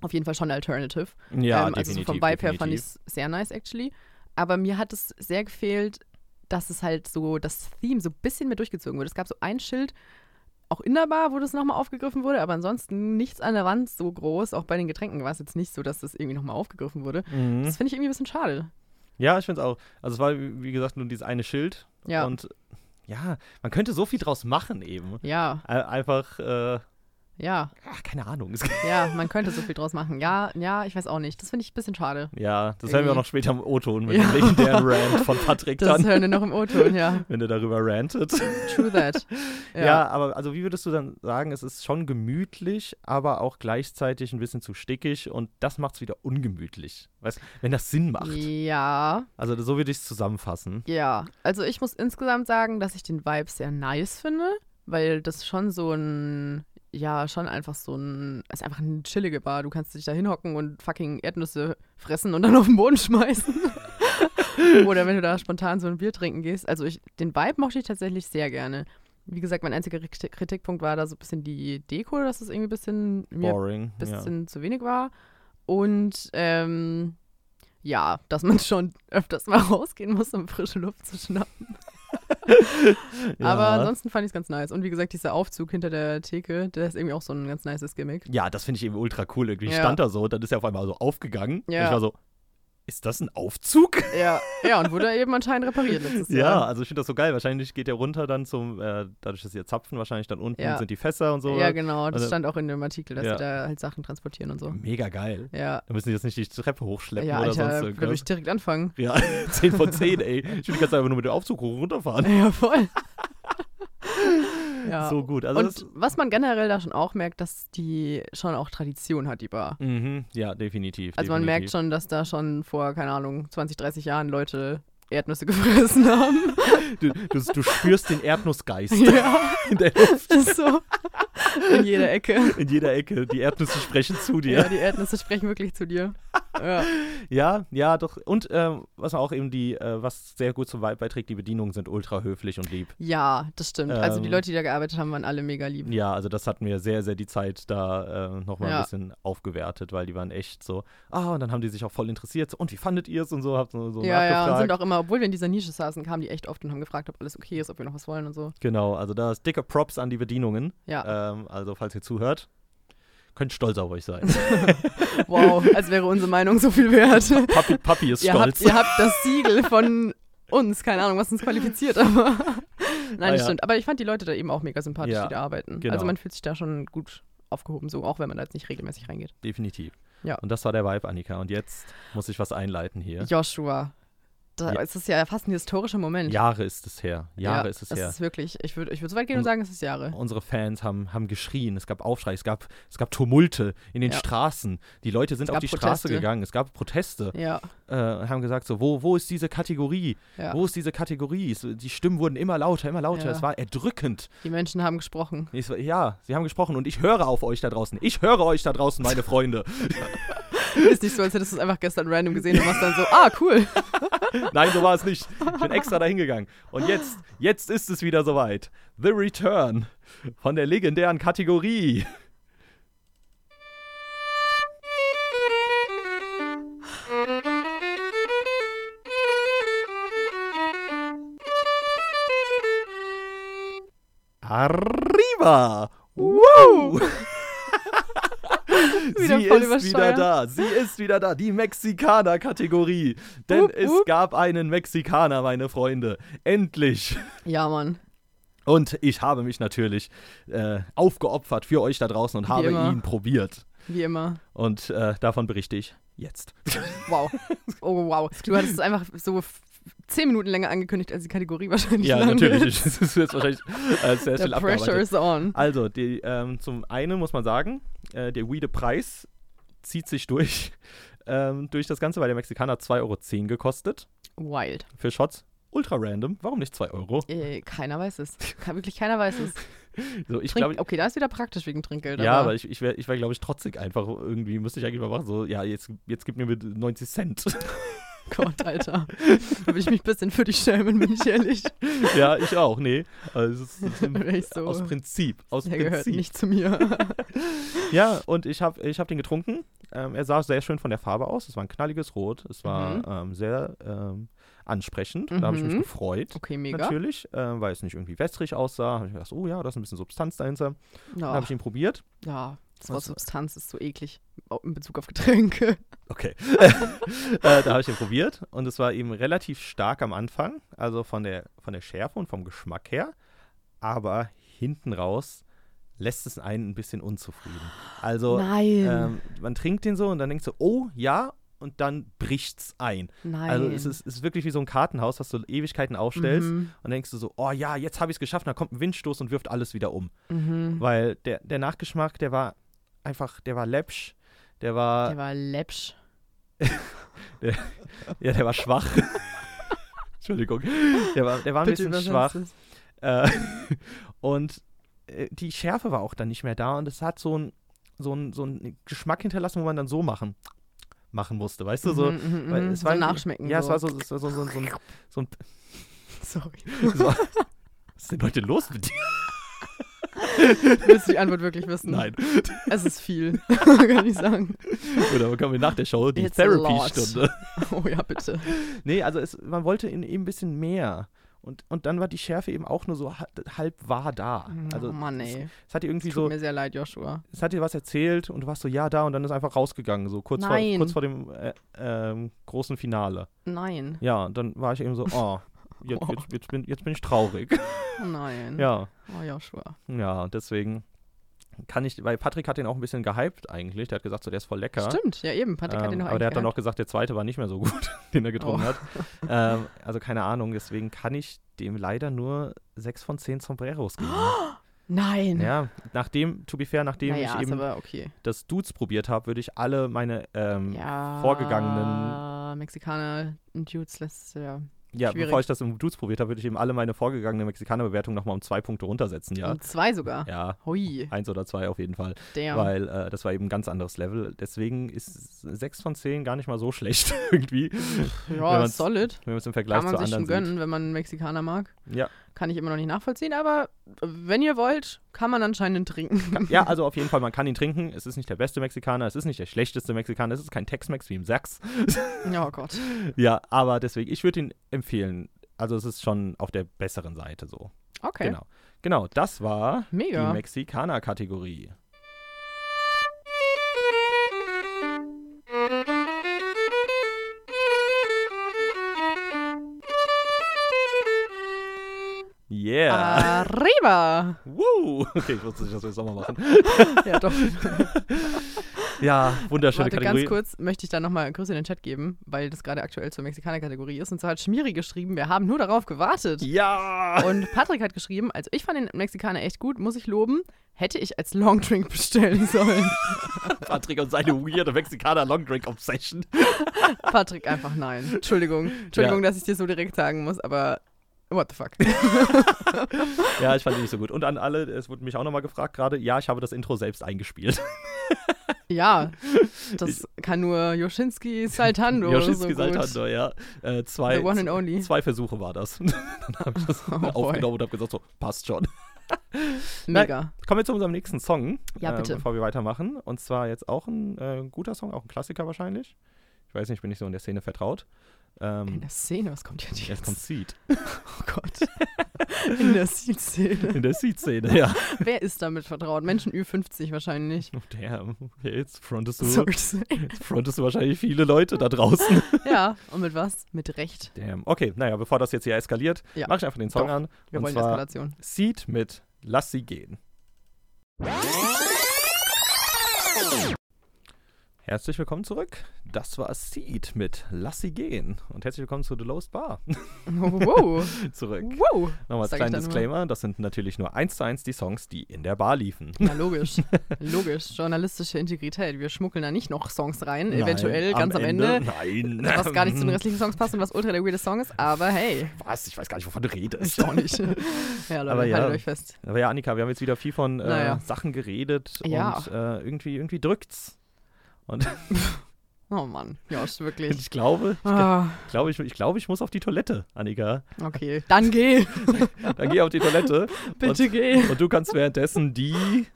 S1: auf jeden Fall schon Alternative.
S4: Ja,
S1: Ähm, also so
S4: definitiv.
S1: vom Vibe her fand ich
S4: definitiv.
S1: es sehr nice, actually. Aber mir hat es sehr gefehlt, dass es halt so, das Theme so ein bisschen mehr durchgezogen wurde. Es gab so ein Schild, auch in der Bar, wo das nochmal aufgegriffen wurde, aber ansonsten nichts an der Wand so groß. Auch bei den Getränken war es jetzt nicht so, dass das irgendwie nochmal aufgegriffen wurde.
S4: Mhm.
S1: Das finde ich irgendwie ein bisschen schade.
S4: Ja, ich finde es auch. Also es war, wie wie gesagt, nur dieses eine Schild.
S1: Ja.
S4: Und ja, man könnte so viel draus machen eben.
S1: Ja,
S4: Ei- Einfach, äh,
S1: ja,
S4: ach, keine Ahnung. Es,
S1: ja, man könnte so viel draus machen. Ja, ja, ich weiß auch nicht. Das finde ich ein bisschen schade.
S4: ja, das hören wir auch noch später im O-Ton mit
S1: Ja.
S4: dem legendären Rant von Patrick
S1: Das
S4: dann,
S1: hören wir noch im O-Ton, ja.
S4: wenn er darüber rantet.
S1: True that.
S4: Ja. aber also wie würdest du dann sagen, es ist schon gemütlich, aber auch gleichzeitig ein bisschen zu stickig und das macht es wieder ungemütlich. Weißt wenn das Sinn macht.
S1: Ja,
S4: Also so würde ich es zusammenfassen.
S1: Ja, also ich muss insgesamt sagen, dass ich den Vibe sehr nice finde, weil das schon so ein, ja, schon einfach so ein, ist einfach eine chillige Bar. Du kannst dich da hinhocken und fucking Erdnüsse fressen und dann auf den Boden schmeißen. Oder wenn du da spontan so ein Bier trinken gehst. Also ich, den Vibe mochte ich tatsächlich sehr gerne. Wie gesagt, mein einziger Kritik- Kritikpunkt war da so ein bisschen die Deko, dass es irgendwie ein bisschen mir
S4: Boring. Ja.
S1: bisschen zu wenig war. Und ähm, ja, dass man schon öfters mal rausgehen muss, um frische Luft zu schnappen.
S4: Ja.
S1: Aber ansonsten fand ich es ganz nice. Und wie gesagt, dieser Aufzug hinter der Theke, der ist irgendwie auch so ein ganz nices Gimmick.
S4: Ja, das finde ich eben ultra cool. Irgendwie Ich
S1: Ja.
S4: stand da so, dann ist er auf einmal so aufgegangen.
S1: Ja.
S4: Und ich war so, ist das ein Aufzug?
S1: Ja, ja und wurde eben anscheinend repariert letztes
S4: Ja,
S1: Jahr.
S4: also ich finde das so geil. Wahrscheinlich geht der runter dann zum, äh, dadurch, dass sie ja zapfen, wahrscheinlich dann unten
S1: Ja.
S4: sind die Fässer und so.
S1: Ja, genau. Das
S4: Also-
S1: stand auch in dem Artikel, dass
S4: Ja.
S1: sie da halt Sachen transportieren und so.
S4: Mega geil.
S1: Ja,
S4: Da müssen die jetzt nicht die Treppe hochschleppen
S1: ja
S4: oder
S1: Alter,
S4: sonst
S1: da würde
S4: irgendwas.
S1: ich äh, direkt anfangen.
S4: Ja, 10 von 10, ey. Ich würde die ganze Zeit einfach nur mit dem Aufzug hoch und runterfahren.
S1: Ja, voll. ja.
S4: So gut. Also das,
S1: und was man generell da schon auch merkt, dass die schon auch Tradition hat, die Bar.
S4: mhm, ja, definitiv.
S1: Also man merkt
S4: definitiv.
S1: schon, dass da schon vor, keine Ahnung, 20, 30 Jahren Leute Erdnüsse gefressen haben.
S4: Du, du, du spürst den Erdnussgeist
S1: ja,
S4: in der Luft.
S1: ist so. In jeder Ecke.
S4: In jeder Ecke. Die Erdnüsse sprechen zu dir.
S1: Ja, die Erdnüsse sprechen wirklich zu dir. Ja,
S4: Ja, ja, doch. Und ähm, was auch eben die, äh, was sehr gut zum Vibe beiträgt, die Bedienungen sind ultra höflich und lieb.
S1: ja das stimmt. Also die
S4: Ähm.
S1: Leute, die da gearbeitet haben, waren alle mega lieb.
S4: Ja, also das hat mir sehr, sehr die Zeit da äh, nochmal
S1: Ja.
S4: ein bisschen aufgewertet, weil die waren echt so, ah, und dann haben die sich auch voll interessiert, so, und wie fandet ihr es und so, habt so, so
S1: Ja, ja, und
S4: nachgefragt.
S1: sind auch immer, obwohl wir in dieser Nische saßen, kamen die echt oft und haben gefragt, ob alles okay ist, ob wir noch was wollen und so.
S4: genau, also da ist dicke Props an die Bedienungen.
S1: Ja,
S4: Ähm, also falls ihr zuhört, könnt stolz auf euch sein.
S1: wow, als wäre unsere Meinung so viel wert.
S4: Papi, Papi ist
S1: ihr, habt,
S4: stolz.
S1: ihr habt das Siegel von uns, keine Ahnung, was uns qualifiziert, aber. Nein,
S4: Ah,
S1: das
S4: ja.
S1: stimmt. Aber ich fand die Leute da eben auch mega sympathisch,
S4: Ja,
S1: die da arbeiten.
S4: genau.
S1: Also man fühlt sich da schon gut aufgehoben, so auch wenn man da jetzt nicht regelmäßig reingeht.
S4: Definitiv.
S1: Ja.
S4: Und das war der Vibe, Annika. Und jetzt muss ich was einleiten hier.
S1: Joshua. Da
S4: Ja.
S1: ist es ja fast ein historischer Moment.
S4: Jahre ist es her. Jahre ist es
S1: das
S4: her.
S1: ist wirklich, ich würde ich würd so weit gehen und sagen, es ist Jahre.
S4: Unsere Fans haben, haben geschrien, es gab Aufschrei, es gab, es gab Tumulte in den
S1: Ja.
S4: Straßen. Die Leute sind
S1: Es
S4: auf
S1: gab
S4: die Straße
S1: Proteste.
S4: gegangen, es gab Proteste
S1: Ja,
S4: äh, und haben gesagt so, wo, wo ist diese Kategorie?
S1: ja.
S4: Wo ist diese Kategorie? Es, die Stimmen wurden immer lauter, immer lauter.
S1: Ja.
S4: Es war erdrückend.
S1: Die Menschen haben gesprochen.
S4: Es war, ja, sie haben gesprochen und ich höre auf euch da draußen. Ich höre euch da draußen, meine Freunde.
S1: Ist nicht so, als hättest du es einfach gestern random gesehen und warst dann so, ah, cool.
S4: Nein, so war es nicht. Ich bin extra dahin gegangen. Und jetzt, jetzt ist es wieder soweit. The Return von der legendären Kategorie. Arriba! Wow!
S1: Wieder
S4: Sie
S1: voll
S4: ist wieder
S1: übersteuert.
S4: da. Sie ist wieder da. Die Mexikaner-Kategorie. Denn
S1: Wupp,
S4: es
S1: wupp.
S4: gab einen Mexikaner, meine Freunde. Endlich.
S1: Ja, Mann.
S4: Und ich habe mich natürlich äh, aufgeopfert für euch da draußen und habe
S1: immer.
S4: ihn probiert.
S1: Wie immer.
S4: Und äh, davon berichte ich jetzt.
S1: Wow. Oh, wow. Du hattest es einfach so f- zehn Minuten länger angekündigt, als die Kategorie wahrscheinlich
S4: ja,
S1: lang
S4: natürlich.
S1: Ist.
S4: Es ist jetzt wahrscheinlich äh, sehr
S1: The
S4: schnell
S1: pressure
S4: abgearbeitet.
S1: is on.
S4: Also, die, ähm, zum einen muss man sagen, äh, der Weede-Preis zieht sich durch, ähm, durch das Ganze, weil der Mexikaner 2,10 Euro gekostet
S1: Wild.
S4: für Shots. Ultra random. Warum nicht 2 Euro?
S1: Äh, keiner weiß es. Ke- wirklich keiner weiß es.
S4: So, ich
S1: Trink
S4: glaube,
S1: okay, da ist wieder praktisch wegen Trinkgeld.
S4: Ja, aber ich, ich wäre, ich wär, glaube ich, trotzig einfach irgendwie, müsste ich eigentlich mal machen, so, ja, jetzt, jetzt gib mir mit 90 Cent.
S1: Gott, Alter. da würde ich mich ein bisschen für dich schämen, bin ich ehrlich.
S4: ja, ich auch, nee. Also, es ist, es ist
S1: Wäre ich so.
S4: aus Prinzip, aus
S1: Der gehört
S4: Prinzip.
S1: nicht zu mir.
S4: Ja, und ich habe ich hab den getrunken. Ähm, er sah sehr schön von der Farbe aus. Es war ein knalliges Rot. Es war
S1: Mhm.
S4: ähm, sehr ähm, ansprechend. Da habe ich mich
S1: Mhm.
S4: gefreut.
S1: Okay, mega.
S4: Natürlich, ähm, weil es nicht irgendwie wässrig aussah. Habe ich mir gedacht, oh ja, da ist ein bisschen Substanz dahinter. Dann
S1: Ja,
S4: habe ich ihn probiert.
S1: ja. das Wort
S4: Was-
S1: Substanz ist so eklig auch in Bezug auf Getränke.
S4: Okay. äh, da habe ich ihn probiert und es war eben relativ stark am Anfang, also von der, von der Schärfe und vom Geschmack her. Aber hinten raus lässt es einen ein bisschen unzufrieden. Also
S1: Nein.
S4: ähm, man trinkt den so und dann denkt so, oh ja, und dann bricht's ein.
S1: Nein.
S4: Also es ist, es ist wirklich wie so ein Kartenhaus, was du Ewigkeiten aufstellst
S1: Mhm.
S4: und denkst du so, oh ja, jetzt habe ich es geschafft, und dann kommt ein Windstoß und wirft alles wieder um.
S1: Mhm.
S4: Weil der, der Nachgeschmack, der war einfach, der war läppsch, der äh, war,
S1: Der war läppsch.
S4: Ja, der war schwach. Entschuldigung. Der war, der war ein bisschen schwach.
S1: übersetzt es.
S4: Äh, und äh, die Schärfe war auch dann nicht mehr da und es hat so einen so ein, so ein Geschmack hinterlassen, wo man dann so machen, machen musste, weißt du? So,
S1: Mhm, mhm,
S4: weil
S1: mhm.
S4: es
S1: so
S4: war,
S1: nachschmecken.
S4: Ja,
S1: so.
S4: es war so, es war so, so, so, ein, so ein.
S1: Sorry.
S4: So, was ist denn heute los mit dir?
S1: Willst du die Antwort wirklich wissen?
S4: Nein.
S1: Es ist viel. Kann ich sagen.
S4: Oder kommen wir nach der Show die
S1: It's a lot.
S4: Therapy-Stunde?
S1: Oh ja, bitte.
S4: Nee, also es, man wollte ihn eben ein bisschen mehr. Und, und dann war die Schärfe eben auch nur so ha- halb war da. Also
S1: oh Mann, ey.
S4: Es, es hat dir irgendwie
S1: Tut
S4: so,
S1: mir sehr leid, Joshua.
S4: es hat dir was erzählt und du warst so, ja, da und dann ist einfach rausgegangen, so kurz, vor,
S1: Nein.
S4: kurz vor dem äh, ähm, großen Finale.
S1: Nein,
S4: Ja, und dann war ich eben so, oh, jetzt,
S1: Oh.
S4: jetzt, jetzt, bin, jetzt bin ich traurig.
S1: oh nein.
S4: ja,
S1: Oh, Joshua.
S4: ja, deswegen kann ich, weil Patrick hat den auch ein bisschen gehypt eigentlich. Der hat gesagt, so, der ist voll lecker.
S1: Stimmt, ja eben. Patrick hat den
S4: Ähm,
S1: noch
S4: aber der hat dann
S1: eigentlich
S4: auch gesagt, der zweite war nicht mehr so gut, den er getrunken
S1: Oh.
S4: hat. Ähm, also keine Ahnung, deswegen kann ich dem leider nur 6 von 10 Sombreros geben.
S1: gehabt. Nein.
S4: ja, nachdem, to be fair, nachdem
S1: naja,
S4: ich
S1: ist
S4: eben
S1: aber okay.
S4: das Dudes probiert habe, würde ich alle meine ähm,
S1: Ja.
S4: vorgegangenen-
S1: Mexikaner und Dudes lässt ja.
S4: Ja,
S1: Schwierig.
S4: bevor ich das im Dudes probiert habe, würde ich eben alle meine vorgegangene Mexikaner-Bewertung nochmal um zwei Punkte runtersetzen, ja.
S1: Und zwei sogar.
S4: Ja,
S1: Hui,
S4: eins oder zwei auf jeden Fall,
S1: damn.
S4: weil äh, das war eben ein ganz anderes Level. Deswegen ist sechs von zehn gar nicht mal so schlecht irgendwie, wenn
S1: ja,
S4: man's-
S1: solid.
S4: wenn man es im Vergleich
S1: Kann
S4: zu
S1: man sich schon
S4: anderen sieht.
S1: gönnen, wenn man Mexikaner mag.
S4: Ja,
S1: Kann ich immer noch nicht nachvollziehen, aber äh, wenn ihr wollt, kann man anscheinend trinken.
S4: ja, also auf jeden Fall, man kann ihn trinken. Es ist nicht der beste Mexikaner, es ist nicht der schlechteste Mexikaner, es ist kein Tex-Mex wie im Sachs.
S1: oh Gott.
S4: Ja, aber deswegen, ich würde ihn empfehlen. Also es ist schon auf der besseren Seite so.
S1: Okay.
S4: Genau. Genau, das war
S1: Mega.
S4: die Mexikaner-Kategorie.
S1: Ah.
S4: Yeah.
S1: Arriba!
S4: Woo. Okay, ich wusste nicht, dass wir das nochmal machen.
S1: Ja, doch.
S4: Ja, wunderschöne
S1: Warte,
S4: Kategorie.
S1: ganz kurz möchte ich da nochmal Grüße in den Chat geben, weil das gerade aktuell zur Mexikaner-Kategorie ist. Und zwar hat Schmiri geschrieben, wir haben nur darauf gewartet.
S4: Ja.
S1: Und Patrick hat geschrieben, also ich fand den Mexikaner echt gut, muss ich loben. Hätte ich als Longdrink bestellen sollen.
S4: Patrick und seine weirde Mexikaner Long Drink Obsession.
S1: Patrick, einfach nein. Entschuldigung. Entschuldigung, dass ich dir so direkt sagen muss, aber what the fuck.
S4: Ja, ich fand die nicht so gut. Und an alle, es wurde mich auch nochmal gefragt gerade, ja, ich habe das Intro selbst eingespielt.
S1: Ja, das kann nur Joschinski Saltando.
S4: Joschinski
S1: Oh, so
S4: Saltando, ja. Äh,
S1: Gut.
S4: zwei,
S1: The one and only.
S4: zwei Versuche war das. Dann habe ich das
S1: Oh, boy.
S4: aufgenommen und habe gesagt, so, passt schon.
S1: Mega.
S4: Kommen wir zu unserem nächsten Song, äh,
S1: Ja, bitte.
S4: bevor wir weitermachen. Und zwar jetzt auch ein äh, guter Song, auch ein Klassiker wahrscheinlich. Ich weiß nicht, ich bin nicht so in der Szene vertraut.
S1: In
S4: Ähm,
S1: der Szene, was kommt jetzt?
S4: jetzt kommt Seed.
S1: oh Gott. In der Szene.
S4: In der Seed-Szene, ja.
S1: Wer ist damit vertraut? Menschen Ü50 wahrscheinlich.
S4: Oh, damn. Okay, jetzt frontest du,
S1: Sorry to say.
S4: jetzt frontest du wahrscheinlich viele Leute da draußen.
S1: Ja, und mit was? Mit Recht.
S4: Damn. Okay, naja, bevor das jetzt hier eskaliert,
S1: Ja.
S4: mache ich einfach den Song
S1: Doch.
S4: an.
S1: Wir
S4: und
S1: wollen
S4: zwar
S1: Eskalation.
S4: Seed mit Lass sie gehen. Herzlich willkommen zurück. Das war Seed mit Lass sie gehen. Und herzlich willkommen zu The Lowest Bar
S1: Wow.
S4: zurück.
S1: wow.
S4: Nochmal als
S1: Uh, Sag ich
S4: kleinen
S1: dann immer.
S4: Disclaimer, das sind natürlich nur eins zu eins die Songs, die in der Bar liefen.
S1: Ja, logisch. Logisch. Journalistische Integrität. Wir schmuggeln da nicht noch Songs rein, Hm, eventuell
S4: Nein,
S1: ganz am Ende.
S4: Nein.
S1: Was gar nicht
S4: Ähm.
S1: zu den restlichen Songs passt und was ultra der weirde Song ist, aber hey,
S4: Was? Ich weiß gar nicht, wovon du redest.
S1: ich auch nicht. Ja, Leute,
S4: Aber ja.
S1: haltet euch fest.
S4: Aber ja, Annika, wir haben jetzt wieder viel von äh,
S1: Naja.
S4: Sachen geredet
S1: Ja.
S4: und äh, irgendwie, irgendwie drückt's. Und
S1: Oh Mann, Josh, wirklich.
S4: ich glaube,
S1: Ah,
S4: ich glaube, ich, ich, glaube, ich muss auf die Toilette, Annika.
S1: okay, dann geh,
S4: Dann geh auf die Toilette
S1: bitte geh.
S4: und du kannst währenddessen die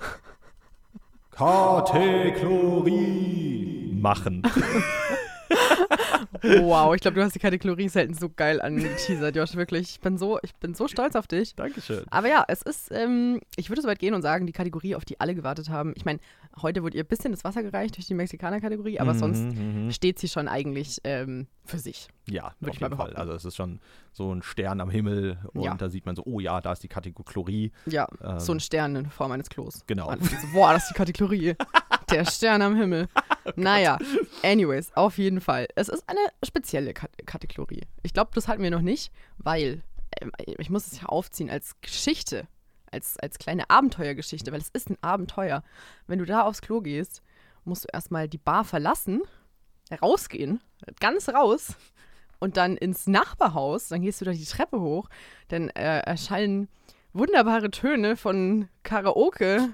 S4: Kategorie machen.
S1: Wow, ich glaube, du hast die Kategorie selten so geil angeteasert, Josh, wirklich. Ich bin so, ich bin so stolz auf dich.
S4: Dankeschön.
S1: Aber ja, es ist, ähm, ich würde so weit gehen und sagen, die Kategorie, auf die alle gewartet haben. Ich meine, heute wurde ihr ein bisschen das Wasser gereicht durch die Mexikaner-Kategorie, aber sonst
S4: Mhm, mhm.
S1: steht sie schon eigentlich ähm, für sich.
S4: Ja,
S1: Würde
S4: auf
S1: ich mal
S4: jeden Fall.
S1: behaupten.
S4: Also es ist schon so ein Stern am Himmel und
S1: Ja.
S4: da sieht man so, oh ja, da ist die Kategorie.
S1: Ja,
S4: Ähm.
S1: so ein Stern in Form eines Klos.
S4: Genau.
S1: Alle so, Boah, das ist die Kategorie. Der Stern am Himmel. naja, anyways, auf jeden Fall. Es ist eine spezielle Kat Kategorie. Ich glaube, das hatten wir noch nicht, weil ähm, ich muss es ja aufziehen als Geschichte, als, als kleine Abenteuergeschichte, weil es ist ein Abenteuer. Wenn du da aufs Klo gehst, musst du erstmal die Bar verlassen, rausgehen, ganz raus und dann ins Nachbarhaus, dann gehst du da die Treppe hoch, dann äh, erschallen wunderbare Töne von Karaoke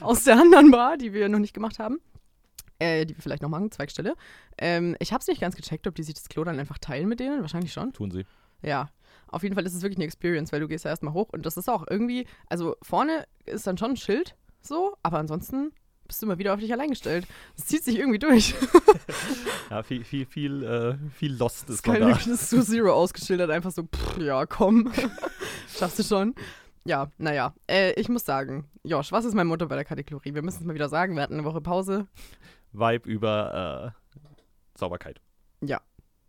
S1: aus der anderen Bar, die wir noch nicht gemacht haben. Äh, die wir vielleicht noch machen, Zweigstelle. Ähm, ich habe es nicht ganz gecheckt, ob die sich das Klo dann einfach teilen mit denen. Wahrscheinlich schon.
S4: Tun sie.
S1: Ja, auf jeden Fall ist es wirklich eine Experience, weil du gehst ja erstmal hoch und das ist auch irgendwie, also vorne ist dann schon ein Schild so, aber ansonsten bist du immer wieder auf dich allein gestellt. Das zieht sich irgendwie durch.
S4: Ja, viel, viel, viel, äh, viel Lost
S1: Das
S4: ist
S1: ist kein
S4: man da.
S1: wirkliches Zu Zero ausgeschildert, einfach so, pff, ja, komm. Schaffst du schon. Ja, naja. Äh, ich muss sagen, Josh, was ist mein Motto bei der Kategorie? Wir müssen es mal wieder sagen, wir hatten eine Woche Pause.
S4: Vibe über äh, Sauberkeit.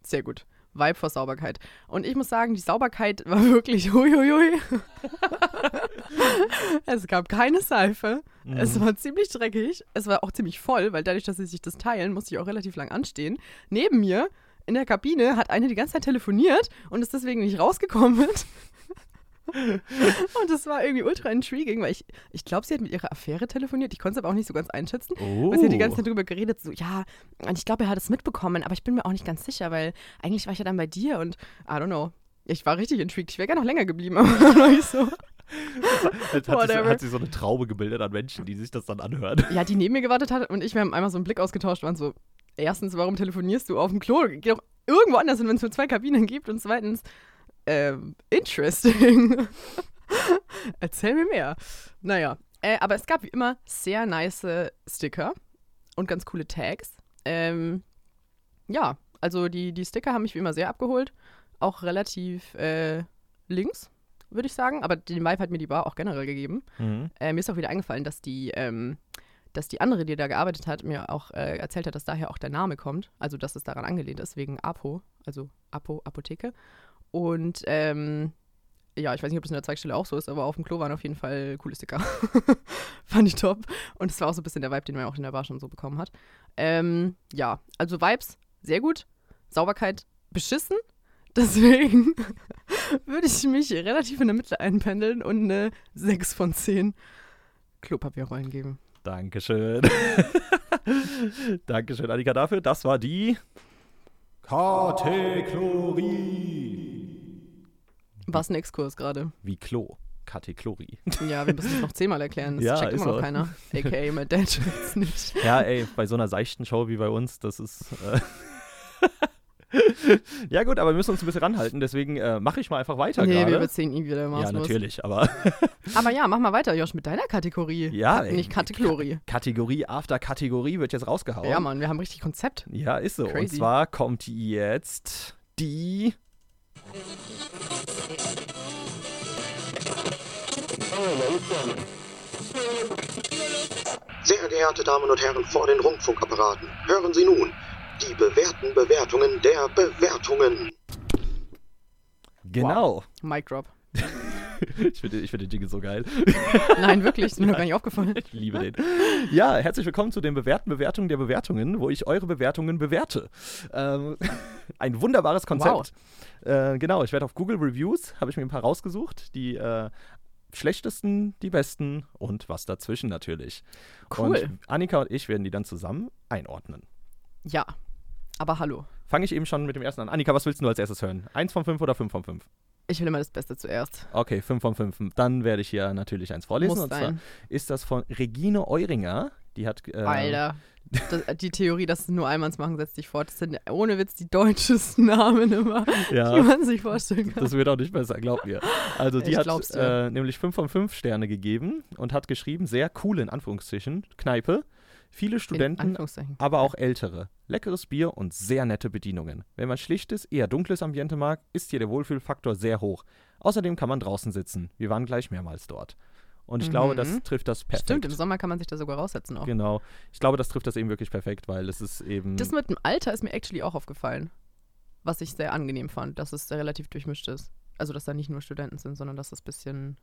S1: Sehr gut. Vibe vor Sauberkeit. Und ich muss sagen, die Sauberkeit war wirklich huiuiui. es gab keine Seife. Es war ziemlich dreckig. Es war auch ziemlich voll, weil dadurch, dass sie sich das teilen, musste ich auch relativ lang anstehen. Neben mir in der Kabine hat eine die ganze Zeit telefoniert und ist deswegen nicht rausgekommen. und es war irgendwie ultra intriguing, weil ich, ich glaube, sie hat mit ihrer Affäre telefoniert. Ich konnte es aber auch nicht so ganz einschätzen.
S4: Oh.
S1: Weil sie hat die ganze Zeit drüber geredet, so, ja, und ich glaube, er hat es mitbekommen, aber ich bin mir auch nicht ganz sicher, weil eigentlich war ich ja dann bei dir und I don't know. Ich war richtig intrigued. Ich wäre gerne noch länger geblieben, aber ich so.
S4: hat, hat, sich, so-
S1: Whatever.
S4: hat sich so eine Traube gebildet an Menschen, die sich das dann anhören.
S1: Ja, die neben mir gewartet hat und ich, wir haben einmal so einen Blick ausgetauscht, waren so, erstens, warum telefonierst du auf dem Klo? Geh doch irgendwo anders hin, wenn es nur zwei Kabinen gibt und zweitens, ähm, interesting. Erzähl mir mehr. Naja, äh, aber es gab wie immer sehr nice Sticker und ganz coole Tags. Ähm, ja, also die, die Sticker haben mich wie immer sehr abgeholt. Auch relativ äh, links, würde ich sagen. Aber den Vibe hat mir die Bar auch generell gegeben.
S4: Mhm.
S1: Äh, mir ist auch wieder eingefallen, dass die, ähm, dass die andere, die da gearbeitet hat, mir auch äh, erzählt hat, dass daher auch der Name kommt. Also, dass es daran angelehnt ist, wegen Apo, also Apo, Apotheke. Und ähm, ja, ich weiß nicht, ob das in der Zeigstelle auch so ist, aber auf dem Klo waren auf jeden Fall coole Sticker. Fand ich top. Und es war auch so ein bisschen der Vibe, den man auch in der Bar schon so bekommen hat. Ähm, ja, also Vibes, sehr gut. Sauberkeit, beschissen. Deswegen würde ich mich relativ in der Mitte einpendeln und eine 6 von 10 Klopapierrollen geben.
S4: Dankeschön. Dankeschön, Annika, dafür. Das war die Kategorie. Mhm.
S1: Was ein Exkurs gerade.
S4: Wie Klo. Kategorie.
S1: Ja, wir müssen es noch zehnmal erklären. Das
S4: Ja,
S1: checkt
S4: ist
S1: immer noch
S4: so.
S1: keiner. AKA mein Dad checkt's nicht.
S4: Ja, ey, bei so einer seichten Show wie bei uns, das ist. Äh ja, gut, aber wir müssen uns ein bisschen ranhalten, deswegen äh, mache ich mal einfach weiter
S1: nee, wir
S4: gerade.
S1: überziehen ihn wieder
S4: Ja,
S1: maßlos.
S4: natürlich, aber
S1: Aber ja, mach mal weiter, Josh, mit deiner Kategorie.
S4: Ja, ey.
S1: Nicht Kategorie.
S4: Kategorie after Kategorie wird jetzt rausgehauen.
S1: Ja, Mann, wir haben richtig Konzept.
S4: Ja, ist so. Und
S1: Crazy.
S4: zwar kommt jetzt die.
S5: Sehr geehrte Damen und Herren vor den Rundfunkapparaten, hören Sie nun die bewährten Bewertungen der Bewertungen.
S4: Genau.
S1: Mic Drop.
S4: Ich finde ich find den Jingle so geil.
S1: Nein, wirklich, ist mir noch gar nicht aufgefallen.
S4: Ich liebe den. Ja, herzlich willkommen zu den bewährten Bewertungen der Bewertungen, wo ich eure Bewertungen bewerte. Ähm, ein wunderbares Konzept. Äh, genau, ich werde auf Google Reviews, habe ich mir ein paar rausgesucht, die äh, schlechtesten, die besten und was dazwischen natürlich.
S1: Cool.
S4: Und Annika und ich werden die dann zusammen einordnen.
S1: Ja, aber hallo.
S4: Fange ich eben schon mit dem ersten an. Annika, was willst du als erstes hören? Eins von fünf oder fünf von fünf?
S1: Ich will immer das Beste zuerst.
S4: Okay, 5 von 5. Dann werde ich hier natürlich eins vorlesen.
S1: Muss
S4: und
S1: sein.
S4: zwar ist das von Regine Euringer. Die hat. Äh,
S1: Alter. Das, die Theorie, dass es nur einmal ins Machen setzt dich fort. Das sind ohne Witz die deutschesten Namen immer, die
S4: Ja.
S1: man sich vorstellen kann.
S4: Das wird auch nicht besser, glaubt mir. Also die
S1: Ich glaub's
S4: hat
S1: dir.
S4: äh, nämlich 5 von 5 Sterne gegeben und hat geschrieben, sehr cool in Anführungsstrichen, Kneipe, viele
S1: In
S4: Studenten,
S1: Anführungszeichen.
S4: aber auch ältere, leckeres Bier und sehr nette Bedienungen. Wenn man schlichtes, eher dunkles Ambiente mag, ist hier der Wohlfühlfaktor sehr hoch. Außerdem kann man draußen sitzen. Wir waren gleich mehrmals dort. Und ich glaube, das trifft das perfekt.
S1: Mhm. Stimmt, im Sommer kann man sich da sogar raussetzen auch.
S4: Genau. Ich glaube, das trifft das eben wirklich perfekt, weil es ist eben.
S1: Das mit dem Alter ist mir actually auch aufgefallen, was ich sehr angenehm fand, dass es relativ durchmischt ist. Also, dass da nicht nur Studenten sind, sondern dass das bisschen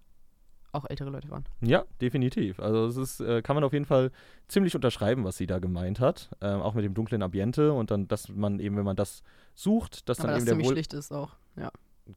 S1: auch ältere Leute waren.
S4: ja, definitiv. Also es ist, äh, kann man auf jeden Fall ziemlich unterschreiben, was sie da gemeint hat. Ähm, auch mit dem dunklen Ambiente und dann, dass man eben, wenn man das sucht, dass
S1: Aber
S4: dann
S1: dass
S4: eben
S1: es
S4: der
S1: ziemlich
S4: Wohl
S1: schlicht ist auch. Ja.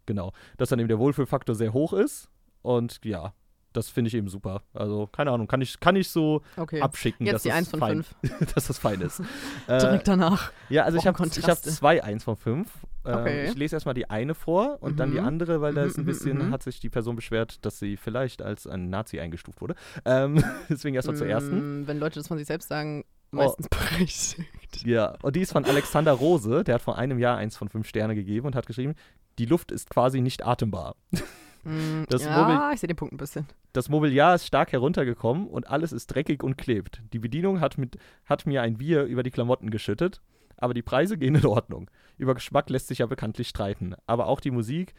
S4: genau, dass dann eben der Wohlfühlfaktor sehr hoch ist. Und ja, das finde ich eben super. Also, keine Ahnung, kann ich, kann ich so
S1: Okay.
S4: abschicken,
S1: Jetzt
S4: dass,
S1: die
S4: das
S1: 1 von
S4: fein,
S1: 5.
S4: dass das fein ist. Äh,
S1: Direkt danach.
S4: Ja, also ich habe ich hab
S1: Wochenkontraste.
S4: zwei Eins von fünf. Ähm,
S1: Okay.
S4: Ich lese erstmal die eine vor und dann die
S1: Mhm.
S4: andere, weil da
S1: Mhm,
S4: ist ein
S1: mhm,
S4: bisschen,
S1: mhm.
S4: hat sich die Person beschwert, dass sie vielleicht als ein Nazi eingestuft wurde. Ähm, deswegen erstmal zur ersten.
S1: Mm, Wenn Leute das von sich selbst sagen,
S4: Oh.
S1: meistens berechtigt.
S4: Ja, und die ist von Alexander Rose, der hat vor einem Jahr eins von fünf Sterne gegeben und hat geschrieben, die Luft ist quasi nicht atembar.
S1: Mm,
S4: Das
S1: ja,
S4: Mobil-
S1: ich sehe den Punkt ein bisschen.
S4: Das Mobiliar ist stark heruntergekommen und alles ist dreckig und klebt. Die Bedienung hat, mit, hat mir ein Bier über die Klamotten geschüttet, aber die Preise gehen in Ordnung. Über Geschmack lässt sich ja bekanntlich streiten, aber auch die Musik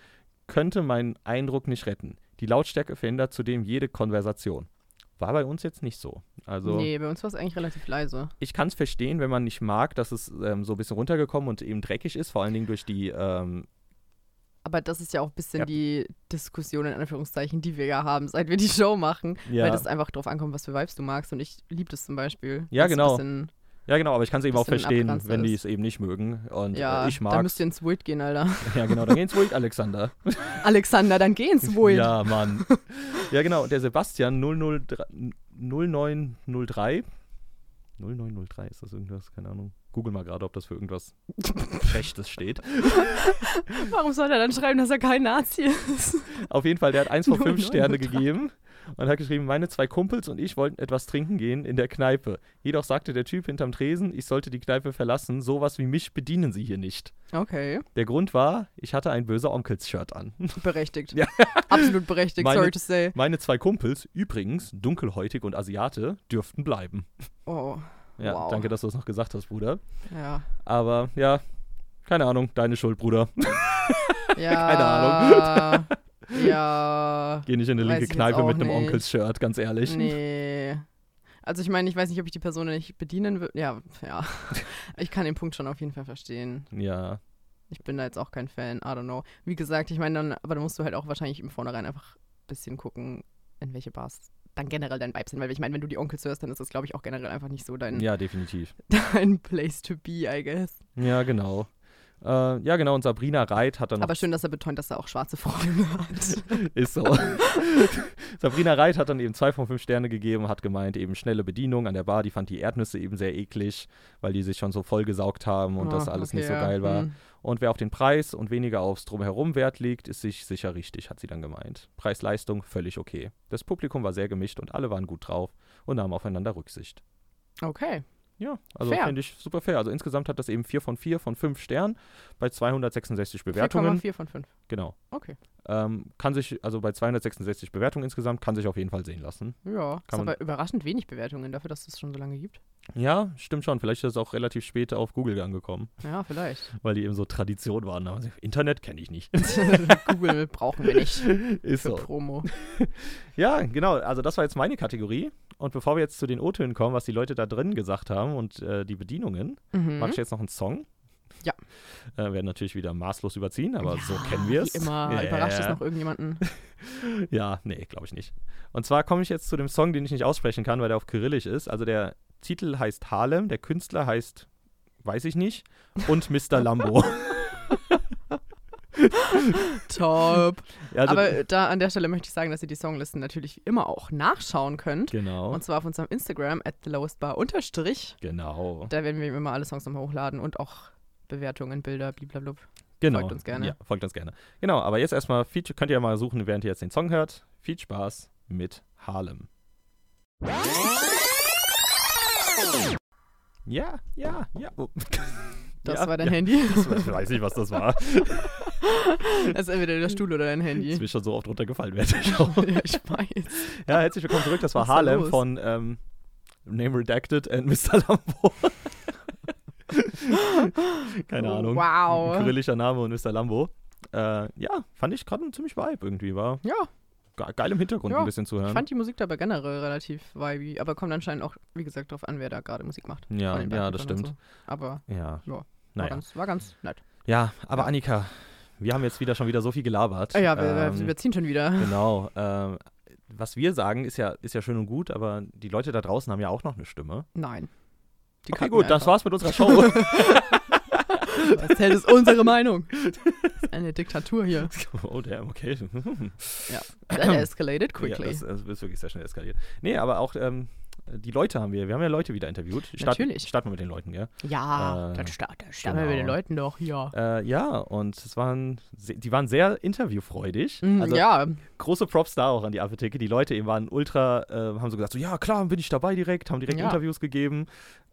S4: könnte meinen Eindruck nicht retten. Die Lautstärke verhindert zudem jede Konversation. War bei uns jetzt nicht so. Also
S1: Nee, bei uns war es eigentlich relativ leise.
S4: ich kann es verstehen, wenn man nicht mag, dass es ähm, so ein bisschen runtergekommen und eben dreckig ist, vor allen Dingen durch die ähm,
S1: Aber das ist ja auch ein bisschen
S4: Ja.
S1: die Diskussion, in Anführungszeichen, die wir ja haben, seit wir die Show machen.
S4: Ja.
S1: Weil das einfach drauf ankommt, was für Vibes du magst. Und ich liebe das zum Beispiel.
S4: Ja,
S1: Das ist ein
S4: genau.
S1: Bisschen,
S4: Ja, genau, aber ich kann es eben auch
S1: Bisschen
S4: verstehen,
S1: Abranzer
S4: wenn die
S1: ist.
S4: es eben nicht mögen. Und
S1: ja,
S4: äh, ich
S1: da
S4: mag
S1: müsst ihr ins Void gehen, Alter.
S4: Ja, genau, dann geht's ruhig, Alexander.
S1: Alexander, dann geh ins Void.
S4: Ja, Mann. ja, genau, und der Sebastian 003, 0903. 0903, ist das irgendwas? Keine Ahnung. Google mal gerade, ob das für irgendwas Rechtes steht.
S1: Warum soll er dann schreiben, dass er kein Nazi ist?
S4: Auf jeden Fall, der hat 1 von 5 Sterne
S1: 0903.
S4: gegeben und hat geschrieben, meine zwei Kumpels und ich wollten etwas trinken gehen in der Kneipe. Jedoch sagte der Typ hinterm Tresen, ich sollte die Kneipe verlassen, sowas wie mich bedienen sie hier nicht.
S1: Okay,
S4: Der Grund war, ich hatte ein böser Onkels-Shirt an.
S1: berechtigt.
S4: Ja.
S1: Absolut berechtigt,
S4: Meine-
S1: sorry to say.
S4: Meine zwei Kumpels, übrigens dunkelhäutig und Asiate, dürften bleiben.
S1: Oh,
S4: Ja,
S1: Wow.
S4: danke, dass du das noch gesagt hast, Bruder.
S1: ja.
S4: Aber ja, keine Ahnung, deine Schuld, Bruder.
S1: ja.
S4: Keine Ahnung.
S1: ja.
S4: Geh nicht in eine
S1: Weiß
S4: linke
S1: ich jetzt
S4: Kneipe
S1: auch
S4: mit einem
S1: nicht.
S4: Onkels-Shirt, ganz ehrlich.
S1: Nee. Also ich meine, ich weiß nicht, ob ich die Person nicht bedienen würde. Ja, ja. Ich kann den Punkt schon auf jeden Fall verstehen.
S4: Ja,
S1: Ich bin da jetzt auch kein Fan. I don't know. Wie gesagt, ich meine, dann, aber dann musst du halt auch wahrscheinlich im Vornherein einfach ein bisschen gucken, in welche Bars dann generell dein Vibe sind. Weil ich meine, wenn du die Onkels hörst, dann ist das, glaube ich, auch generell einfach nicht so dein,
S4: ja, definitiv.
S1: dein Place to be, I guess.
S4: Ja, genau. Äh, ja, genau, und Sabrina Reit hat dann noch
S1: Aber schön, dass er betont, dass er auch schwarze Freunde hat.
S4: Ist so. Sabrina Reit hat dann eben zwei von fünf Sterne gegeben, hat gemeint, eben schnelle Bedienung an der Bar. Die fand die Erdnüsse eben sehr eklig, weil die sich schon so vollgesaugt haben und das
S1: Ah,
S4: alles
S1: okay,
S4: nicht so
S1: ja,
S4: geil war.
S1: hm.
S4: Und wer auf den Preis und weniger aufs Drumherum Wert legt, ist sich sicher richtig, hat sie dann gemeint. Preis-Leistung völlig okay. Das Publikum war sehr gemischt und alle waren gut drauf und nahmen aufeinander Rücksicht.
S1: Okay.
S4: Ja, also
S1: Fair.
S4: finde ich super fair. Also insgesamt hat das eben 4 von 4 von 5 Sternen bei 266 Bewertungen.
S1: 4,4 von 5.
S4: Genau.
S1: Okay.
S4: Ähm, kann sich, also bei 266 Bewertungen insgesamt, kann sich auf jeden Fall sehen lassen.
S1: Ja.
S4: Kann
S1: ist
S4: man-
S1: aber überraschend wenig Bewertungen dafür, dass es schon so lange gibt.
S4: Ja, stimmt schon. Vielleicht ist es auch relativ spät auf Google angekommen,
S1: Ja, vielleicht.
S4: weil die eben so Tradition waren. Aber Internet kenne ich nicht.
S1: Google brauchen wir nicht
S4: ist
S1: für
S4: so.
S1: Promo.
S4: Ja, genau. Also das war jetzt meine Kategorie. Und bevor wir jetzt zu den O-Tönen kommen, was die Leute da drin gesagt haben und äh, die Bedienungen,
S1: Mhm.
S4: mag ich jetzt noch einen Song.
S1: Ja.
S4: Äh, werden natürlich wieder maßlos überziehen, aber so kennen wir es.
S1: Wie immer
S4: Ja,
S1: überrascht
S4: ja,
S1: es
S4: ja.
S1: noch irgendjemanden.
S4: Ja, nee, glaube ich nicht. Und zwar komme ich jetzt zu dem Song, den ich nicht aussprechen kann, weil der auf Kyrillisch ist. Also der Titel heißt Harlem, der Künstler heißt, weiß ich nicht, und Mr. Lambo.
S1: Top.
S4: Also,
S1: aber äh, da an der Stelle möchte ich sagen, dass ihr die Songlisten natürlich wie immer auch nachschauen könnt.
S4: genau,
S1: Und zwar auf unserem Instagram at thelowestbar unterstrich.
S4: genau,
S1: Da werden wir immer alle Songs nochmal hochladen und auch Bewertungen, Bilder, blablabla.
S4: genau.
S1: folgt uns gerne.
S4: Ja, folgt uns gerne. Genau, aber jetzt erstmal, viel, könnt ihr ja mal suchen, während ihr jetzt den Song hört. Viel Spaß mit Harlem. Ja, ja, ja. Oh.
S1: Das
S4: Ja,
S1: war dein
S4: ja.
S1: Handy.
S4: Ich weiß nicht, was das war.
S1: Das ist entweder der Stuhl oder dein
S4: Das
S1: Handy.
S4: bin ich schon so oft runtergefallen während der Show.
S1: ja, ich weiß.
S4: Ja, herzlich willkommen zurück. Das war
S1: Was ist da
S4: Harlem
S1: los?
S4: von ähm, Name Redacted and Mr. Lambo. Keine Ahnung.
S1: Oh, Wow.
S4: Ein kyrillischer Name und Mr. Lambo. Äh, ja, fand ich gerade einen ziemlich Vibe irgendwie. War
S1: Ja,
S4: ge- geil im Hintergrund
S1: Ja,
S4: ein bisschen zu hören.
S1: ich fand die Musik dabei generell relativ vibey, aber kommt anscheinend auch, wie gesagt, drauf an, wer da gerade Musik macht.
S4: Ja,
S1: Von den
S4: ja, das
S1: Bandmitgliedern und
S4: stimmt.
S1: So. Aber
S4: ja.
S1: Ja, war war,
S4: Naja.
S1: ganz, war ganz nett.
S4: Ja, aber Annika, wir haben jetzt wieder schon wieder so viel gelabert.
S1: Ah ja, wir,
S4: Ähm,
S1: wir- wir ziehen schon wieder.
S4: Genau. ähm, was wir sagen, ist ja, ist ja schön und gut, aber die Leute da draußen haben ja auch noch eine Stimme.
S1: Nein. Die
S4: Okay,
S1: cutten
S4: gut, das
S1: einfach.
S4: war's mit unserer Show.
S1: Das zählt ist unsere Meinung. Das ist eine Diktatur hier.
S4: oh, damn, okay.
S1: That escalated quickly.
S4: Ja, das, das ist wirklich sehr schnell eskaliert. Nee, aber auch ähm, die Leute haben wir. Wir haben ja Leute wieder interviewt. Start,
S1: Natürlich.
S4: Starten wir mit den Leuten, gell?
S1: Ja,
S4: Äh,
S1: dann starten start wir
S4: genau.
S1: mit den Leuten doch hier.
S4: Äh, ja, und es waren, se- die waren sehr interviewfreudig.
S1: Mhm,
S4: also
S1: ja,
S4: große Props da auch an die Apotheke. Die Leute eben waren ultra, äh, haben so gesagt, so ja klar, bin ich dabei direkt, haben direkt
S1: Ja.
S4: Interviews gegeben.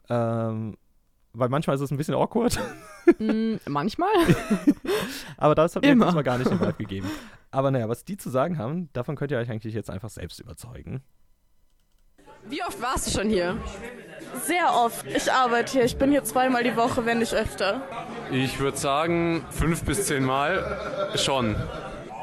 S4: Ähm, weil manchmal ist es ein bisschen awkward,
S1: mh, manchmal.
S4: aber das hat mir
S1: Immer.
S4: jetzt mal gar nicht den Vibe gegeben. Aber naja, was die zu sagen haben, davon könnt ihr euch eigentlich jetzt einfach selbst überzeugen.
S1: Wie oft warst du schon hier?
S6: Sehr oft. Ich arbeite hier. Ich bin hier zweimal die Woche, wenn nicht öfter.
S7: Ich würde sagen, fünf bis zehn Mal schon.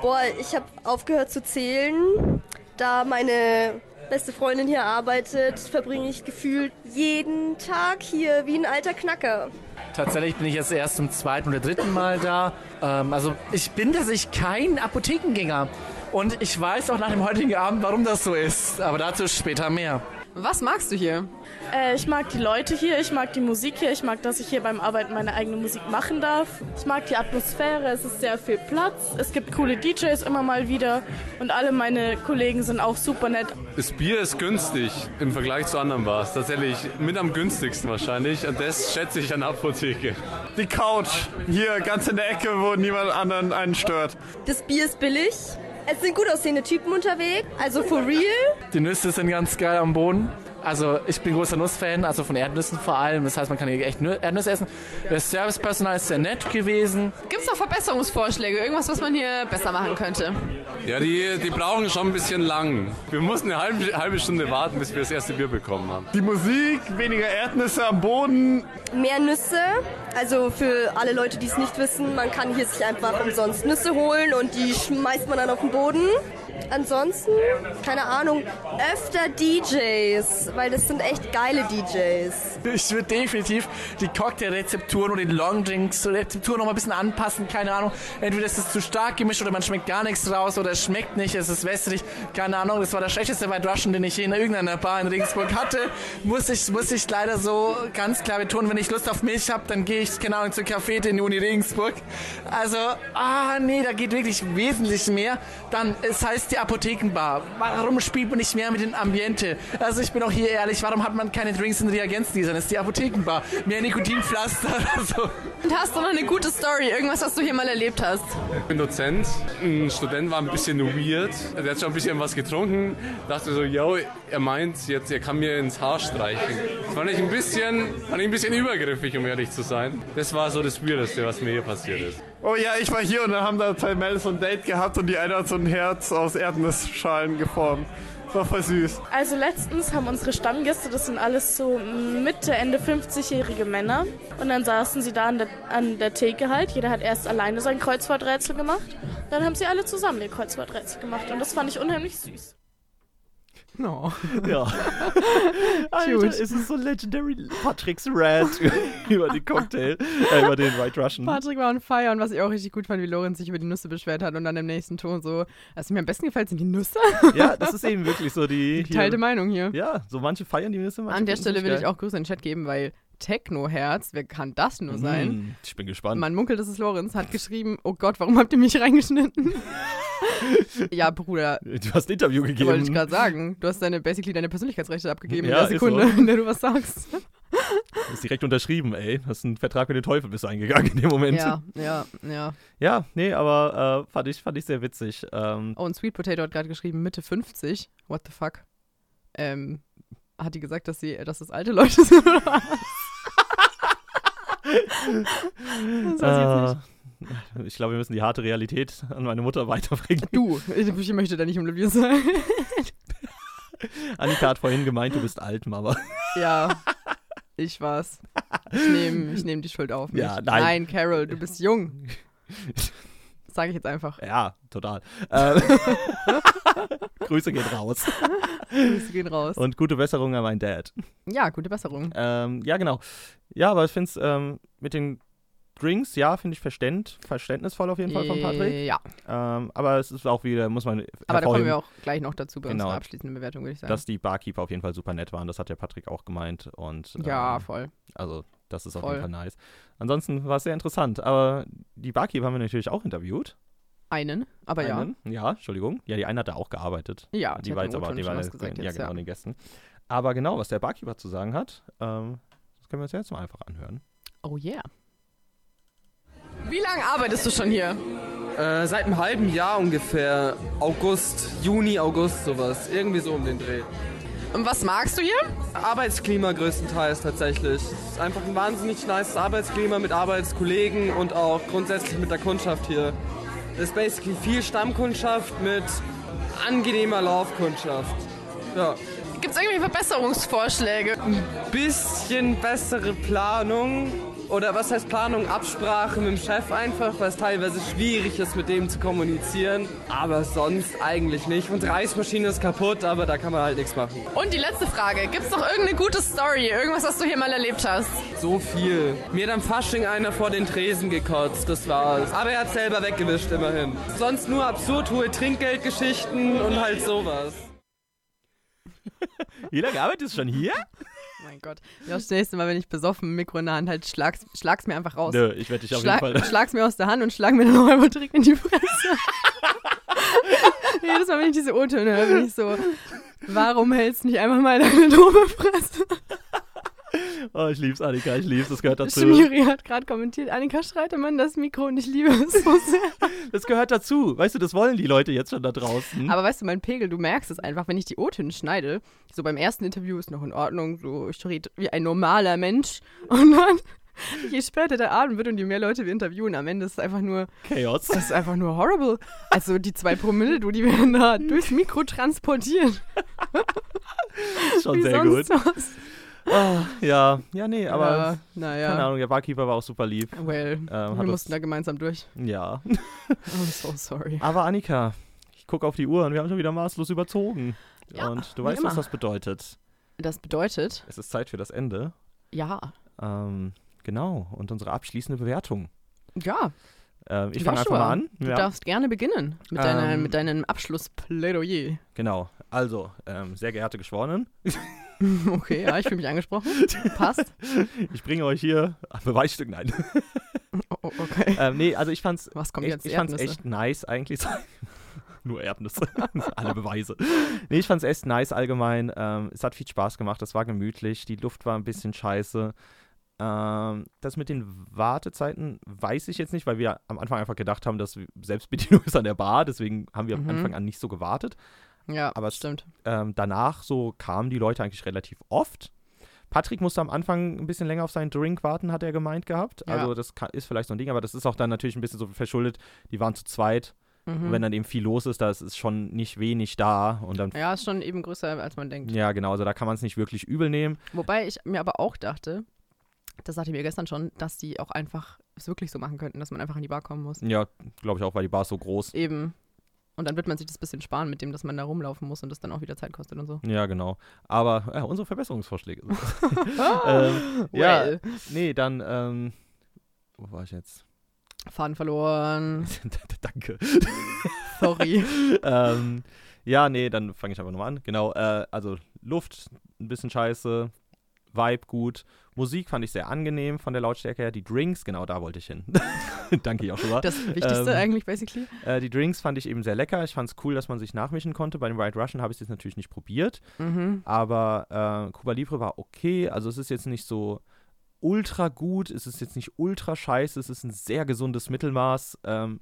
S8: Boah, ich habe aufgehört zu zählen. Da meine beste Freundin hier arbeitet, verbringe ich gefühlt jeden Tag hier wie ein alter Knacker.
S9: Tatsächlich bin ich jetzt erst zum zweiten oder dritten Mal da. Ähm, also ich bin tatsächlich kein Apothekengänger. Ähm, Und ich weiß auch nach dem heutigen Abend, warum das so ist. Aber dazu später mehr.
S1: Was magst du hier?
S6: Äh, ich mag die Leute hier, ich mag die Musik hier, ich mag, dass ich hier beim Arbeiten meine eigene Musik machen darf. Ich mag die Atmosphäre, es ist sehr viel Platz, es gibt coole DJs immer mal wieder und alle meine Kollegen sind auch super nett.
S7: Das Bier ist günstig im Vergleich zu anderen Bars. Tatsächlich mit am günstigsten wahrscheinlich. Und das schätze ich an der Apotheke.
S10: Die Couch hier ganz in der Ecke, wo niemand anderen einen stört.
S8: Das Bier ist billig. Es sind gut aussehende Typen unterwegs, also for real.
S9: Die Nüsse sind ganz geil am Boden. Also ich bin großer Nussfan, also von Erdnüssen vor allem. Das heißt, man kann hier echt Nü- Erdnüsse essen. Das Servicepersonal ist sehr nett gewesen.
S1: Gibt es noch Verbesserungsvorschläge? Irgendwas, was man hier besser machen könnte?
S7: Ja, die, die brauchen schon ein bisschen lang. Wir mussten eine halbe, halbe Stunde warten, bis wir das erste Bier bekommen haben.
S10: Die Musik, weniger Erdnüsse am Boden.
S8: Mehr Nüsse, also für alle Leute, die es nicht wissen, man kann hier sich einfach umsonst Nüsse holen und die schmeißt man dann auf den Boden. Ansonsten, keine Ahnung, öfter DJs, weil das sind echt geile DJs.
S9: Ich würde definitiv die Cocktailrezepturen oder die Longdrinks-Rezepturen noch mal ein bisschen anpassen. Keine Ahnung. Entweder ist es zu stark gemischt oder man schmeckt gar nichts raus oder es schmeckt nicht. Es ist wässrig. Keine Ahnung. Das war der schlechteste White Russian, den ich je in irgendeiner Bar in Regensburg hatte. Muss ich, muss ich leider so ganz klar betonen. Wenn ich Lust auf Milch habe, dann gehe ich, keine Ahnung, zur Cafete in die Uni Regensburg. Also, ah, nee, da geht wirklich wesentlich mehr. Dann, es heißt die Apothekenbar. Warum spielt man nicht mehr mit dem Ambiente? Also, ich bin auch hier ehrlich. Warum hat man keine Drinks in Reagenzgläsern? Es ist die Apothekenbar. Mehr Nikotinpflaster oder so.
S1: Und hast du noch eine gute Story? Irgendwas, was du hier mal erlebt hast?
S7: Ich bin Dozent. Ein Student war ein bisschen weird. Der hat schon ein bisschen was getrunken. Dachte so, yo, er meint jetzt, er kann mir ins Haar streichen. Das fand ich ein bisschen, fand ich ein bisschen übergriffig, um ehrlich zu sein. Das war so das Weirdeste, was mir hier passiert ist.
S10: Oh ja, ich war hier und dann haben da zwei Mädels so ein Date gehabt und die eine hat so ein Herz aus Erdnussschalen geformt. Das war voll süß.
S6: Also letztens haben unsere Stammgäste, das sind alles so Mitte, Ende 50-jährige Männer. Und dann saßen sie da an der, an der Theke halt. Jeder hat erst alleine sein Kreuzworträtsel gemacht. Dann haben sie alle zusammen ihr Kreuzworträtsel gemacht. Und das fand ich unheimlich süß.
S1: No.
S4: Ja. Alter, es ist so Legendary Patrick's Rant über den Cocktail, äh, über den White Russian.
S1: Patrick war on fire und was ich auch richtig gut fand, wie Lorenz sich über die Nüsse beschwert hat und dann im nächsten Ton so, was mir am besten gefällt, sind die Nüsse.
S4: Ja, das ist eben wirklich so die. hier-
S1: Geteilte Meinung hier.
S4: Ja, so manche feiern die Nüsse, manche
S1: An der
S4: finden sie
S1: Stelle will
S4: geil.
S1: ich auch Grüße in den Chat geben, weil Techno-Herz, wer kann das nur sein?
S4: Hm, ich bin gespannt.
S1: Man munkelt, es ist Lorenz, hat geschrieben, oh Gott, warum habt ihr mich reingeschnitten? ja, Bruder,
S4: Du hast ein Interview gegeben.
S1: wollte ich gerade sagen. Du hast deine, basically deine Persönlichkeitsrechte abgegeben
S4: Ja,
S1: in
S4: ist
S1: der Sekunde, in der du was sagst.
S4: Ist direkt unterschrieben, ey. Hast einen Vertrag mit dem Teufel bist du eingegangen in dem Moment.
S1: ja, ja, ja.
S4: Ja, nee, aber äh, fand, ich, fand ich sehr witzig. Ähm,
S1: Oh, und Sweet Potato hat gerade geschrieben, Mitte 50. What the fuck? Ähm, hat die gesagt, dass sie, dass das alte Leute sind? oder was? Oh, das weiß ich jetzt nicht.
S4: äh, ich glaube, wir müssen die harte Realität an meine Mutter weiterbringen.
S1: Du, ich möchte da nicht im Livier sein.
S4: Annika hat vorhin gemeint, du bist alt, Mama.
S1: ja, ich war's. Ich nehme ich nehm die Schuld auf mich.
S4: Ja, nein.
S1: nein, Carol, du bist jung. Sage ich jetzt einfach.
S4: Ja, total. Ähm, Grüße gehen raus.
S1: Grüße gehen raus.
S4: Und gute Besserung an meinen Dad.
S1: Ja, gute Besserung.
S4: Ähm, ja, genau. Ja, aber ich finde es ähm, mit den Drinks, ja, finde ich verständ, verständnisvoll auf jeden Fall von Patrick.
S1: Ja,
S4: Ähm, aber es ist auch wieder, muss man
S1: Äh. aber da kommen
S4: hervorheben,
S1: wir auch gleich noch dazu bei
S4: Genau.
S1: unserer abschließenden Bewertung, würde ich sagen.
S4: dass die Barkeeper auf jeden Fall super nett waren. Das hat der Patrick auch gemeint. Und,
S1: ja,
S4: ähm,
S1: voll.
S4: Also, das ist auf
S1: Voll.
S4: jeden Fall nice. Ansonsten war es sehr interessant. Aber die Barkeeper haben wir natürlich auch interviewt.
S1: Einen, aber ja.
S4: Einen. Ja, Entschuldigung. Ja, die eine hat da auch gearbeitet.
S1: Ja,
S4: die war jetzt aber, die war
S1: was
S4: jetzt-
S1: gesagt
S4: ja,
S1: jetzt,
S4: genau,
S1: ja.
S4: den Gästen. Aber genau, was der Barkeeper zu sagen hat, ähm, das können wir uns jetzt mal einfach anhören.
S1: Oh yeah. Wie lange arbeitest du schon hier?
S11: Äh, seit einem halben Jahr ungefähr. August, Juni, August, sowas. Irgendwie so um den Dreh.
S1: Und was magst du hier?
S11: Arbeitsklima größtenteils tatsächlich. Es ist einfach ein wahnsinnig nices Arbeitsklima mit Arbeitskollegen und auch grundsätzlich mit der Kundschaft hier. ist basically viel Stammkundschaft mit angenehmer Laufkundschaft. Ja.
S12: Gibt es irgendwie Verbesserungsvorschläge?
S11: Ein bisschen bessere Planung. Oder was heißt Planung? Absprache mit dem Chef einfach, weil es teilweise schwierig ist, mit dem zu kommunizieren. Aber sonst eigentlich nicht. Unsere Eismaschine ist kaputt, aber da kann man halt nichts machen.
S12: Und die letzte Frage. Gibt es noch irgendeine gute Story? Irgendwas, was du hier mal erlebt hast?
S11: So viel. Mir hat am Fasching einer vor den Tresen gekotzt, das war's. Aber er hat selber weggewischt, immerhin. Sonst nur absurd hohe Trinkgeldgeschichten und halt sowas.
S4: Wie lange arbeitest du schon hier?
S1: Oh mein Gott. Ja, das nächste Mal, wenn ich besoffen Mikro in der Hand halt schlag's, schlag's mir einfach raus.
S4: Nö, ich werd dich auf
S1: Schlag,
S4: jeden Fall-
S1: Schlag's mir aus der Hand und schlag mir den Räuber direkt in die Fresse. Jedes Mal, wenn ich diese O-Töne höre, bin ich so, warum hältst du nicht einfach mal deine doofe Fresse?
S4: Oh, ich lieb's, Annika, ich lieb's, das gehört dazu.
S1: Schmiri hat gerade kommentiert, Annika Streitemann, das Mikro und ich liebe es so sehr.
S4: Das gehört dazu. Weißt du, das wollen die Leute jetzt schon da draußen.
S1: Aber weißt du, mein Pegel, du merkst es einfach, wenn ich die O-Töne schneide, so beim ersten Interview ist noch in Ordnung, so ich rede wie ein normaler Mensch und dann, je später der Abend wird und je mehr Leute wir interviewen, am Ende ist es einfach nur
S4: Chaos.
S1: Das ist einfach nur horrible. Also die zwei Promille, du, die werden da durchs Mikro transportiert.
S4: schon
S1: wie
S4: sehr
S1: sonst
S4: gut.
S1: was.
S4: Ah, ja, ja, nee, aber
S1: Ja, naja.
S4: keine Ahnung, der Barkeeper war auch super lieb.
S1: Well,
S4: Ähm, hat
S1: wir
S4: uns-
S1: mussten da gemeinsam durch.
S4: Ja.
S1: I'm so sorry.
S4: Aber Annika, ich gucke auf die Uhr und wir haben schon wieder maßlos überzogen.
S1: Ja,
S4: und du
S1: wie
S4: weißt, was
S1: immer.
S4: das bedeutet.
S1: Das bedeutet,
S4: Es ist Zeit für das Ende.
S1: ja,
S4: Ähm, genau, und unsere abschließende Bewertung.
S1: ja.
S4: Ähm, ich fange einfach
S1: Joshua,
S4: mal an.
S1: Du
S4: Ja.
S1: darfst gerne beginnen mit, deiner,
S4: Ähm.
S1: mit deinem Abschlussplädoyer.
S4: Genau. Also, ähm, sehr geehrte Geschworenen,
S1: Okay, ja, ich fühle mich angesprochen. Passt.
S4: ich bringe euch hier ein Beweisstück. Nein.
S1: okay.
S4: Ähm, nee, also ich fand's,
S1: Was kommt
S4: echt,
S1: jetzt?
S4: ich fand's
S1: Erdnüsse?
S4: echt nice eigentlich. Nur Erbnisse. Alle Beweise. Nee, ich fand's echt nice allgemein. Ähm, es hat viel Spaß gemacht. Es war gemütlich. Die Luft war ein bisschen scheiße. Ähm, das mit den Wartezeiten weiß ich jetzt nicht, weil wir am Anfang einfach gedacht haben, dass Selbstbedienung ist an der Bar. Deswegen haben wir
S1: Mhm.
S4: am Anfang an nicht so gewartet.
S1: Ja,
S4: Aber es-
S1: stimmt.
S4: Ähm, danach so kamen die Leute eigentlich relativ oft. Patrick musste am Anfang ein bisschen länger auf seinen Drink warten, hat er gemeint gehabt.
S1: Ja.
S4: Also das ka- ist vielleicht so ein Ding, aber das ist auch dann natürlich ein bisschen so verschuldet. Die waren zu zweit.
S1: Mhm.
S4: Und wenn dann eben viel los ist, da ist- ist schon nicht wenig da. Und dann,
S1: Ja, ist schon eben größer, als man denkt.
S4: ja genau, also da kann man es nicht wirklich übel nehmen.
S1: Wobei ich mir aber auch dachte, das sagte mir gestern schon, dass die auch einfach es wirklich so machen könnten, dass man einfach in die Bar kommen muss.
S4: Ja, glaube ich auch, weil die Bar so groß.
S1: Eben. Und dann wird man sich das bisschen sparen mit dem, dass man da rumlaufen muss und das dann auch wieder Zeit kostet und so.
S4: Ja, genau. Aber ja, unsere Verbesserungsvorschläge. sind das. ähm,
S1: Well.
S4: Ja, nee, dann, ähm, wo war ich jetzt?
S1: Faden verloren.
S4: Danke.
S1: Sorry.
S4: ähm, ja, nee, dann fange ich einfach nochmal an. Genau, äh, also Luft, ein bisschen scheiße, Vibe gut, Musik fand ich sehr angenehm von der Lautstärke her, die Drinks, genau da wollte ich hin. Danke, Joshua.
S1: Das Wichtigste
S4: Ähm,
S1: eigentlich, basically.
S4: Äh, die Drinks fand ich eben sehr lecker. Ich fand es cool, dass man sich nachmischen konnte. Bei dem White Russian habe ich es jetzt natürlich nicht probiert.
S1: Mhm.
S4: Aber äh, Cuba Libre war okay. Also es ist jetzt nicht so ultra gut, es ist jetzt nicht ultra scheiße, es ist ein sehr gesundes Mittelmaß. Ähm,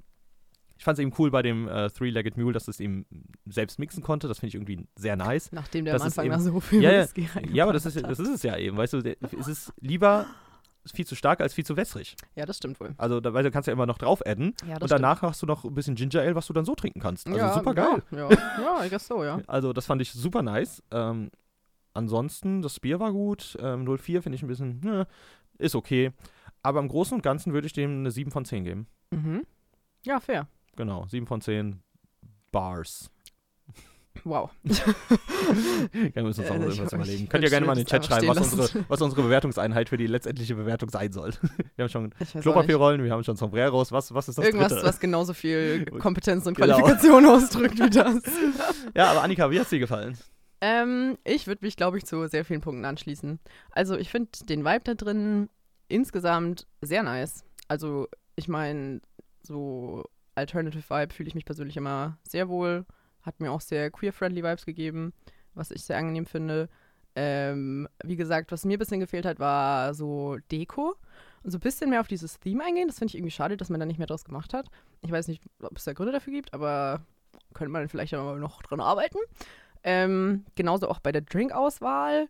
S4: ich fand es eben cool bei dem äh, Three-Legged Mule, dass es eben selbst mixen konnte. Das finde ich irgendwie sehr nice.
S1: Nachdem der
S4: Das
S1: am
S4: ist
S1: Anfang
S4: eben-
S1: da so viel
S4: ja, ja,
S1: Whisky reingepackt
S4: ja, aber das ist,
S1: hat.
S4: das ist es ja eben. Weißt du, der- es ist lieber viel zu stark als viel zu wässrig.
S1: Ja, das stimmt wohl.
S4: Also, da, weil du kannst ja immer noch drauf adden.
S1: Ja, das
S4: und danach hast du noch ein bisschen Ginger Ale, was du dann so trinken kannst. Also,
S1: ja,
S4: super geil.
S1: Ja, ja, ja, I guess so, ja.
S4: Also, das fand ich super nice. Ähm, ansonsten, das Bier war gut. Ähm, 04 finde ich ein bisschen, ne, ist okay. Aber im Großen und Ganzen würde ich dem eine 7 von 10 geben.
S1: Mhm. Ja, fair.
S4: Genau, 7 von 10 Bars.
S1: Wow.
S4: Ja, wir müssen uns auch
S1: Äh,
S4: noch
S1: ich-
S4: irgendwas
S1: ich-
S4: überlegen.
S1: ich
S4: Könnt ihr gerne mal in
S1: würd
S4: den
S1: das
S4: Chat schreiben,
S1: einfach
S4: was
S1: stehen lassen.
S4: unsere, was unsere Bewertungseinheit für die letztendliche Bewertung sein soll. Wir haben schon
S1: Ich weiß auch
S4: Klopapierrollen, wir haben schon Sombreros. Was, was ist das
S1: Irgendwas,
S4: dritte?
S1: was genauso viel Kompetenz und
S4: Genau.
S1: Qualifikation ausdrückt wie das.
S4: Ja, aber Annika, wie hat's dir gefallen?
S1: Ähm, ich würde mich, glaube ich, zu sehr vielen Punkten anschließen. Also, ich finde den Vibe da drin insgesamt sehr nice. Also, ich meine, so Alternative Vibe fühle ich mich persönlich immer sehr wohl. Hat mir auch sehr queer-friendly Vibes gegeben, was ich sehr angenehm finde. Ähm, wie gesagt, was mir ein bisschen gefehlt hat, war so Deko. Und so ein bisschen mehr auf dieses Theme eingehen. Das finde ich irgendwie schade, dass man da nicht mehr draus gemacht hat. Ich weiß nicht, ob es da Gründe dafür gibt, aber könnte man vielleicht aber noch dran arbeiten. Ähm, genauso auch bei der Drinkauswahl.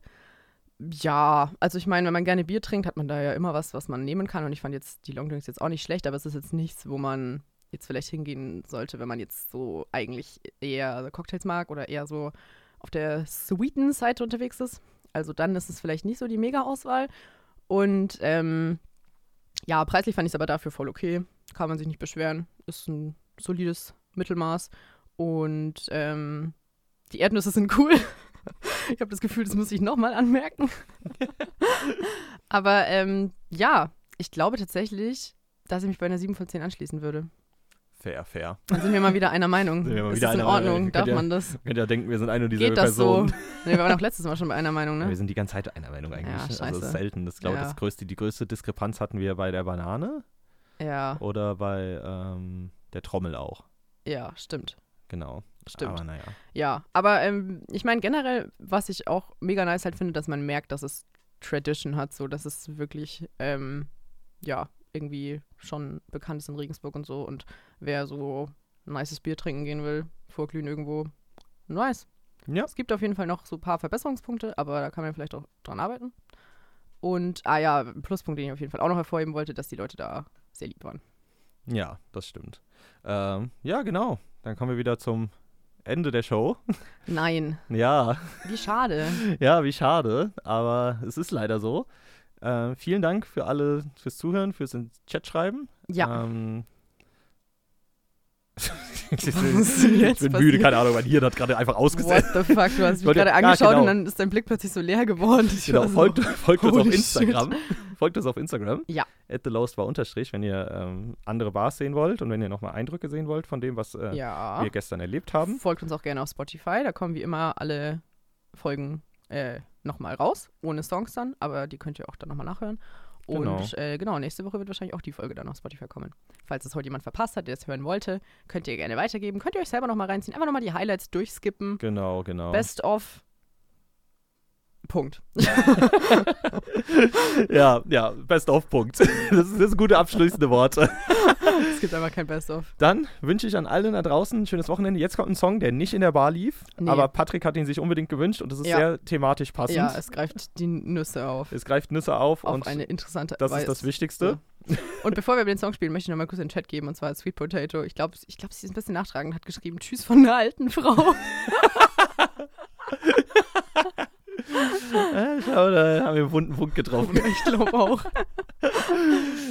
S1: Ja, also ich meine, wenn man gerne Bier trinkt, hat man da ja immer was, was man nehmen kann. Und ich fand jetzt die Longdrinks jetzt auch nicht schlecht, aber es ist jetzt nichts, wo man jetzt vielleicht hingehen sollte, wenn man jetzt so eigentlich eher Cocktails mag oder eher so auf der sweeten Seite unterwegs ist. Also dann ist es vielleicht nicht so die Mega-Auswahl. Und ähm, ja, preislich fand ich es aber dafür voll okay. Kann man sich nicht beschweren. Ist ein solides Mittelmaß. Und ähm, die Erdnüsse sind cool. Ich habe das Gefühl, das muss ich nochmal anmerken. Aber ähm, ja, ich glaube tatsächlich, dass ich mich bei einer 7 von 10 anschließen würde.
S4: Fair, fair.
S1: Dann sind wir mal wieder einer Meinung.
S4: Sind wir mal
S1: ist
S4: wieder
S1: das in
S4: einer Meinung.
S1: Ordnung?
S4: Ihr
S1: Darf
S4: könnt ja-
S1: man das?
S4: Könnt ja denken, wir sind eine und dieselbe
S1: Geht das
S4: Person.
S1: so? Nee, wir waren auch letztes Mal schon bei einer Meinung,
S4: Ja, Wir
S1: ne?
S4: sind die ganze Zeit einer Meinung eigentlich.
S1: Ja,
S4: ne? also
S1: scheiße.
S4: das ist selten. Das glaube ich,
S1: Ja.
S4: das größte, die größte Diskrepanz hatten wir bei der Banane
S1: Ja,
S4: oder bei ähm, der Trommel auch.
S1: ja, stimmt.
S4: Genau.
S1: Stimmt.
S4: Aber naja.
S1: Ja, aber ähm, ich meine generell, was ich auch mega nice halt finde, dass man merkt, dass es Tradition hat, so dass es wirklich, ähm, ja, irgendwie schon bekannt ist in Regensburg und so. Und wer so ein nices Bier trinken gehen will, vorglühen irgendwo, nice.
S4: Ja.
S1: Es gibt auf jeden Fall noch so ein paar Verbesserungspunkte, aber da kann man vielleicht auch dran arbeiten. Und, ah ja, ein Pluspunkt, den ich auf jeden Fall auch noch hervorheben wollte, dass die Leute da sehr lieb waren.
S4: Ja, das stimmt. Ähm, ja, genau. Dann kommen wir wieder zum Ende der Show.
S1: Nein,
S4: ja.
S1: wie schade.
S4: Ja, wie schade, aber es ist leider so. Äh, vielen Dank für alle fürs Zuhören, fürs ins Chat schreiben.
S1: Ja.
S4: Ähm, ich
S1: ist denn
S4: bin,
S1: jetzt
S4: ich bin müde,
S1: passiert?
S4: keine Ahnung, weil hier hat gerade einfach
S1: What
S4: ausgesetzt.
S1: the fuck, du hast
S4: Ich
S1: mich
S4: wollte-
S1: gerade
S4: Ah,
S1: angeschaut
S4: genau.
S1: und dann ist dein Blick plötzlich so leer geworden. Ich
S4: Genau,
S1: war so,
S4: folgt, folgt uns auf
S1: holy shit.
S4: Instagram. Folgt uns auf Instagram.
S1: Ja.
S4: At the lowest bar unterstrich, wenn ihr ähm, andere Bars sehen wollt und wenn ihr nochmal Eindrücke sehen wollt von dem, was äh,
S1: Ja.
S4: wir gestern erlebt haben.
S1: Folgt uns auch gerne auf Spotify, da kommen wie immer alle Folgen äh, nochmal raus, ohne Songs dann, aber die könnt ihr auch dann nochmal nachhören. Und
S4: Genau.
S1: Äh, genau, nächste Woche wird wahrscheinlich auch die Folge dann auf Spotify kommen. Falls es heute jemand verpasst hat, der es hören wollte, könnt ihr gerne weitergeben. Könnt ihr euch selber nochmal reinziehen, einfach nochmal die Highlights durchskippen.
S4: Genau, genau.
S1: Best of. Punkt.
S4: Ja, ja, best of Punkt. Das ist, das sind gute abschließende Worte.
S1: es gibt einfach kein Best of.
S4: Dann wünsche ich an alle da draußen ein schönes Wochenende. Jetzt kommt ein Song, der nicht in der Bar lief,
S1: Nee.
S4: aber Patrick hat ihn sich unbedingt gewünscht und das ist
S1: Ja.
S4: sehr thematisch passend.
S1: Ja, es greift die Nüsse auf.
S4: Es greift Nüsse auf,
S1: auf
S4: und
S1: eine interessante
S4: das
S1: Weise.
S4: ist das Wichtigste.
S1: Und bevor wir über den Song spielen, möchte ich nochmal kurz in den Chat geben, und zwar Sweet Potato. Ich glaube, ich glaub, sie ist ein bisschen nachtragend, hat geschrieben, tschüss von einer alten Frau.
S4: Äh, Schau, da haben wir einen wunden Punkt getroffen.
S1: ich glaube auch.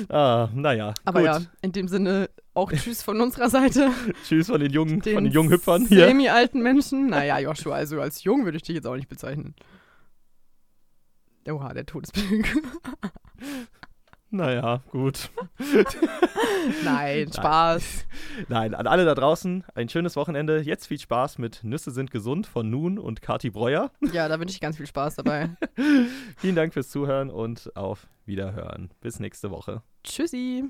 S4: Ah, naja,
S1: Aber
S4: gut.
S1: ja, in dem Sinne auch tschüss von unserer Seite.
S4: Tschüss von den jungen,
S1: Den
S4: von den jungen Hüpfern hier.
S1: Semi-alten Menschen. Naja, Joshua, also als jung würde ich dich jetzt auch nicht bezeichnen. Oha, der Todesblick.
S4: Naja, gut.
S1: Nein, Spaß.
S4: Nein, an alle da draußen ein schönes Wochenende. Jetzt viel Spaß mit Nüsse sind gesund von Nun und Kati Breuer.
S1: Ja, da wünsche ich ganz viel Spaß dabei.
S4: Vielen Dank fürs Zuhören und auf Wiederhören. Bis nächste Woche.
S1: Tschüssi.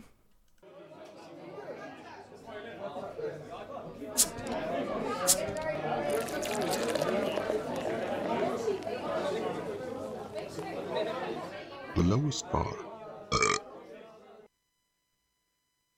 S3: The lowest bar.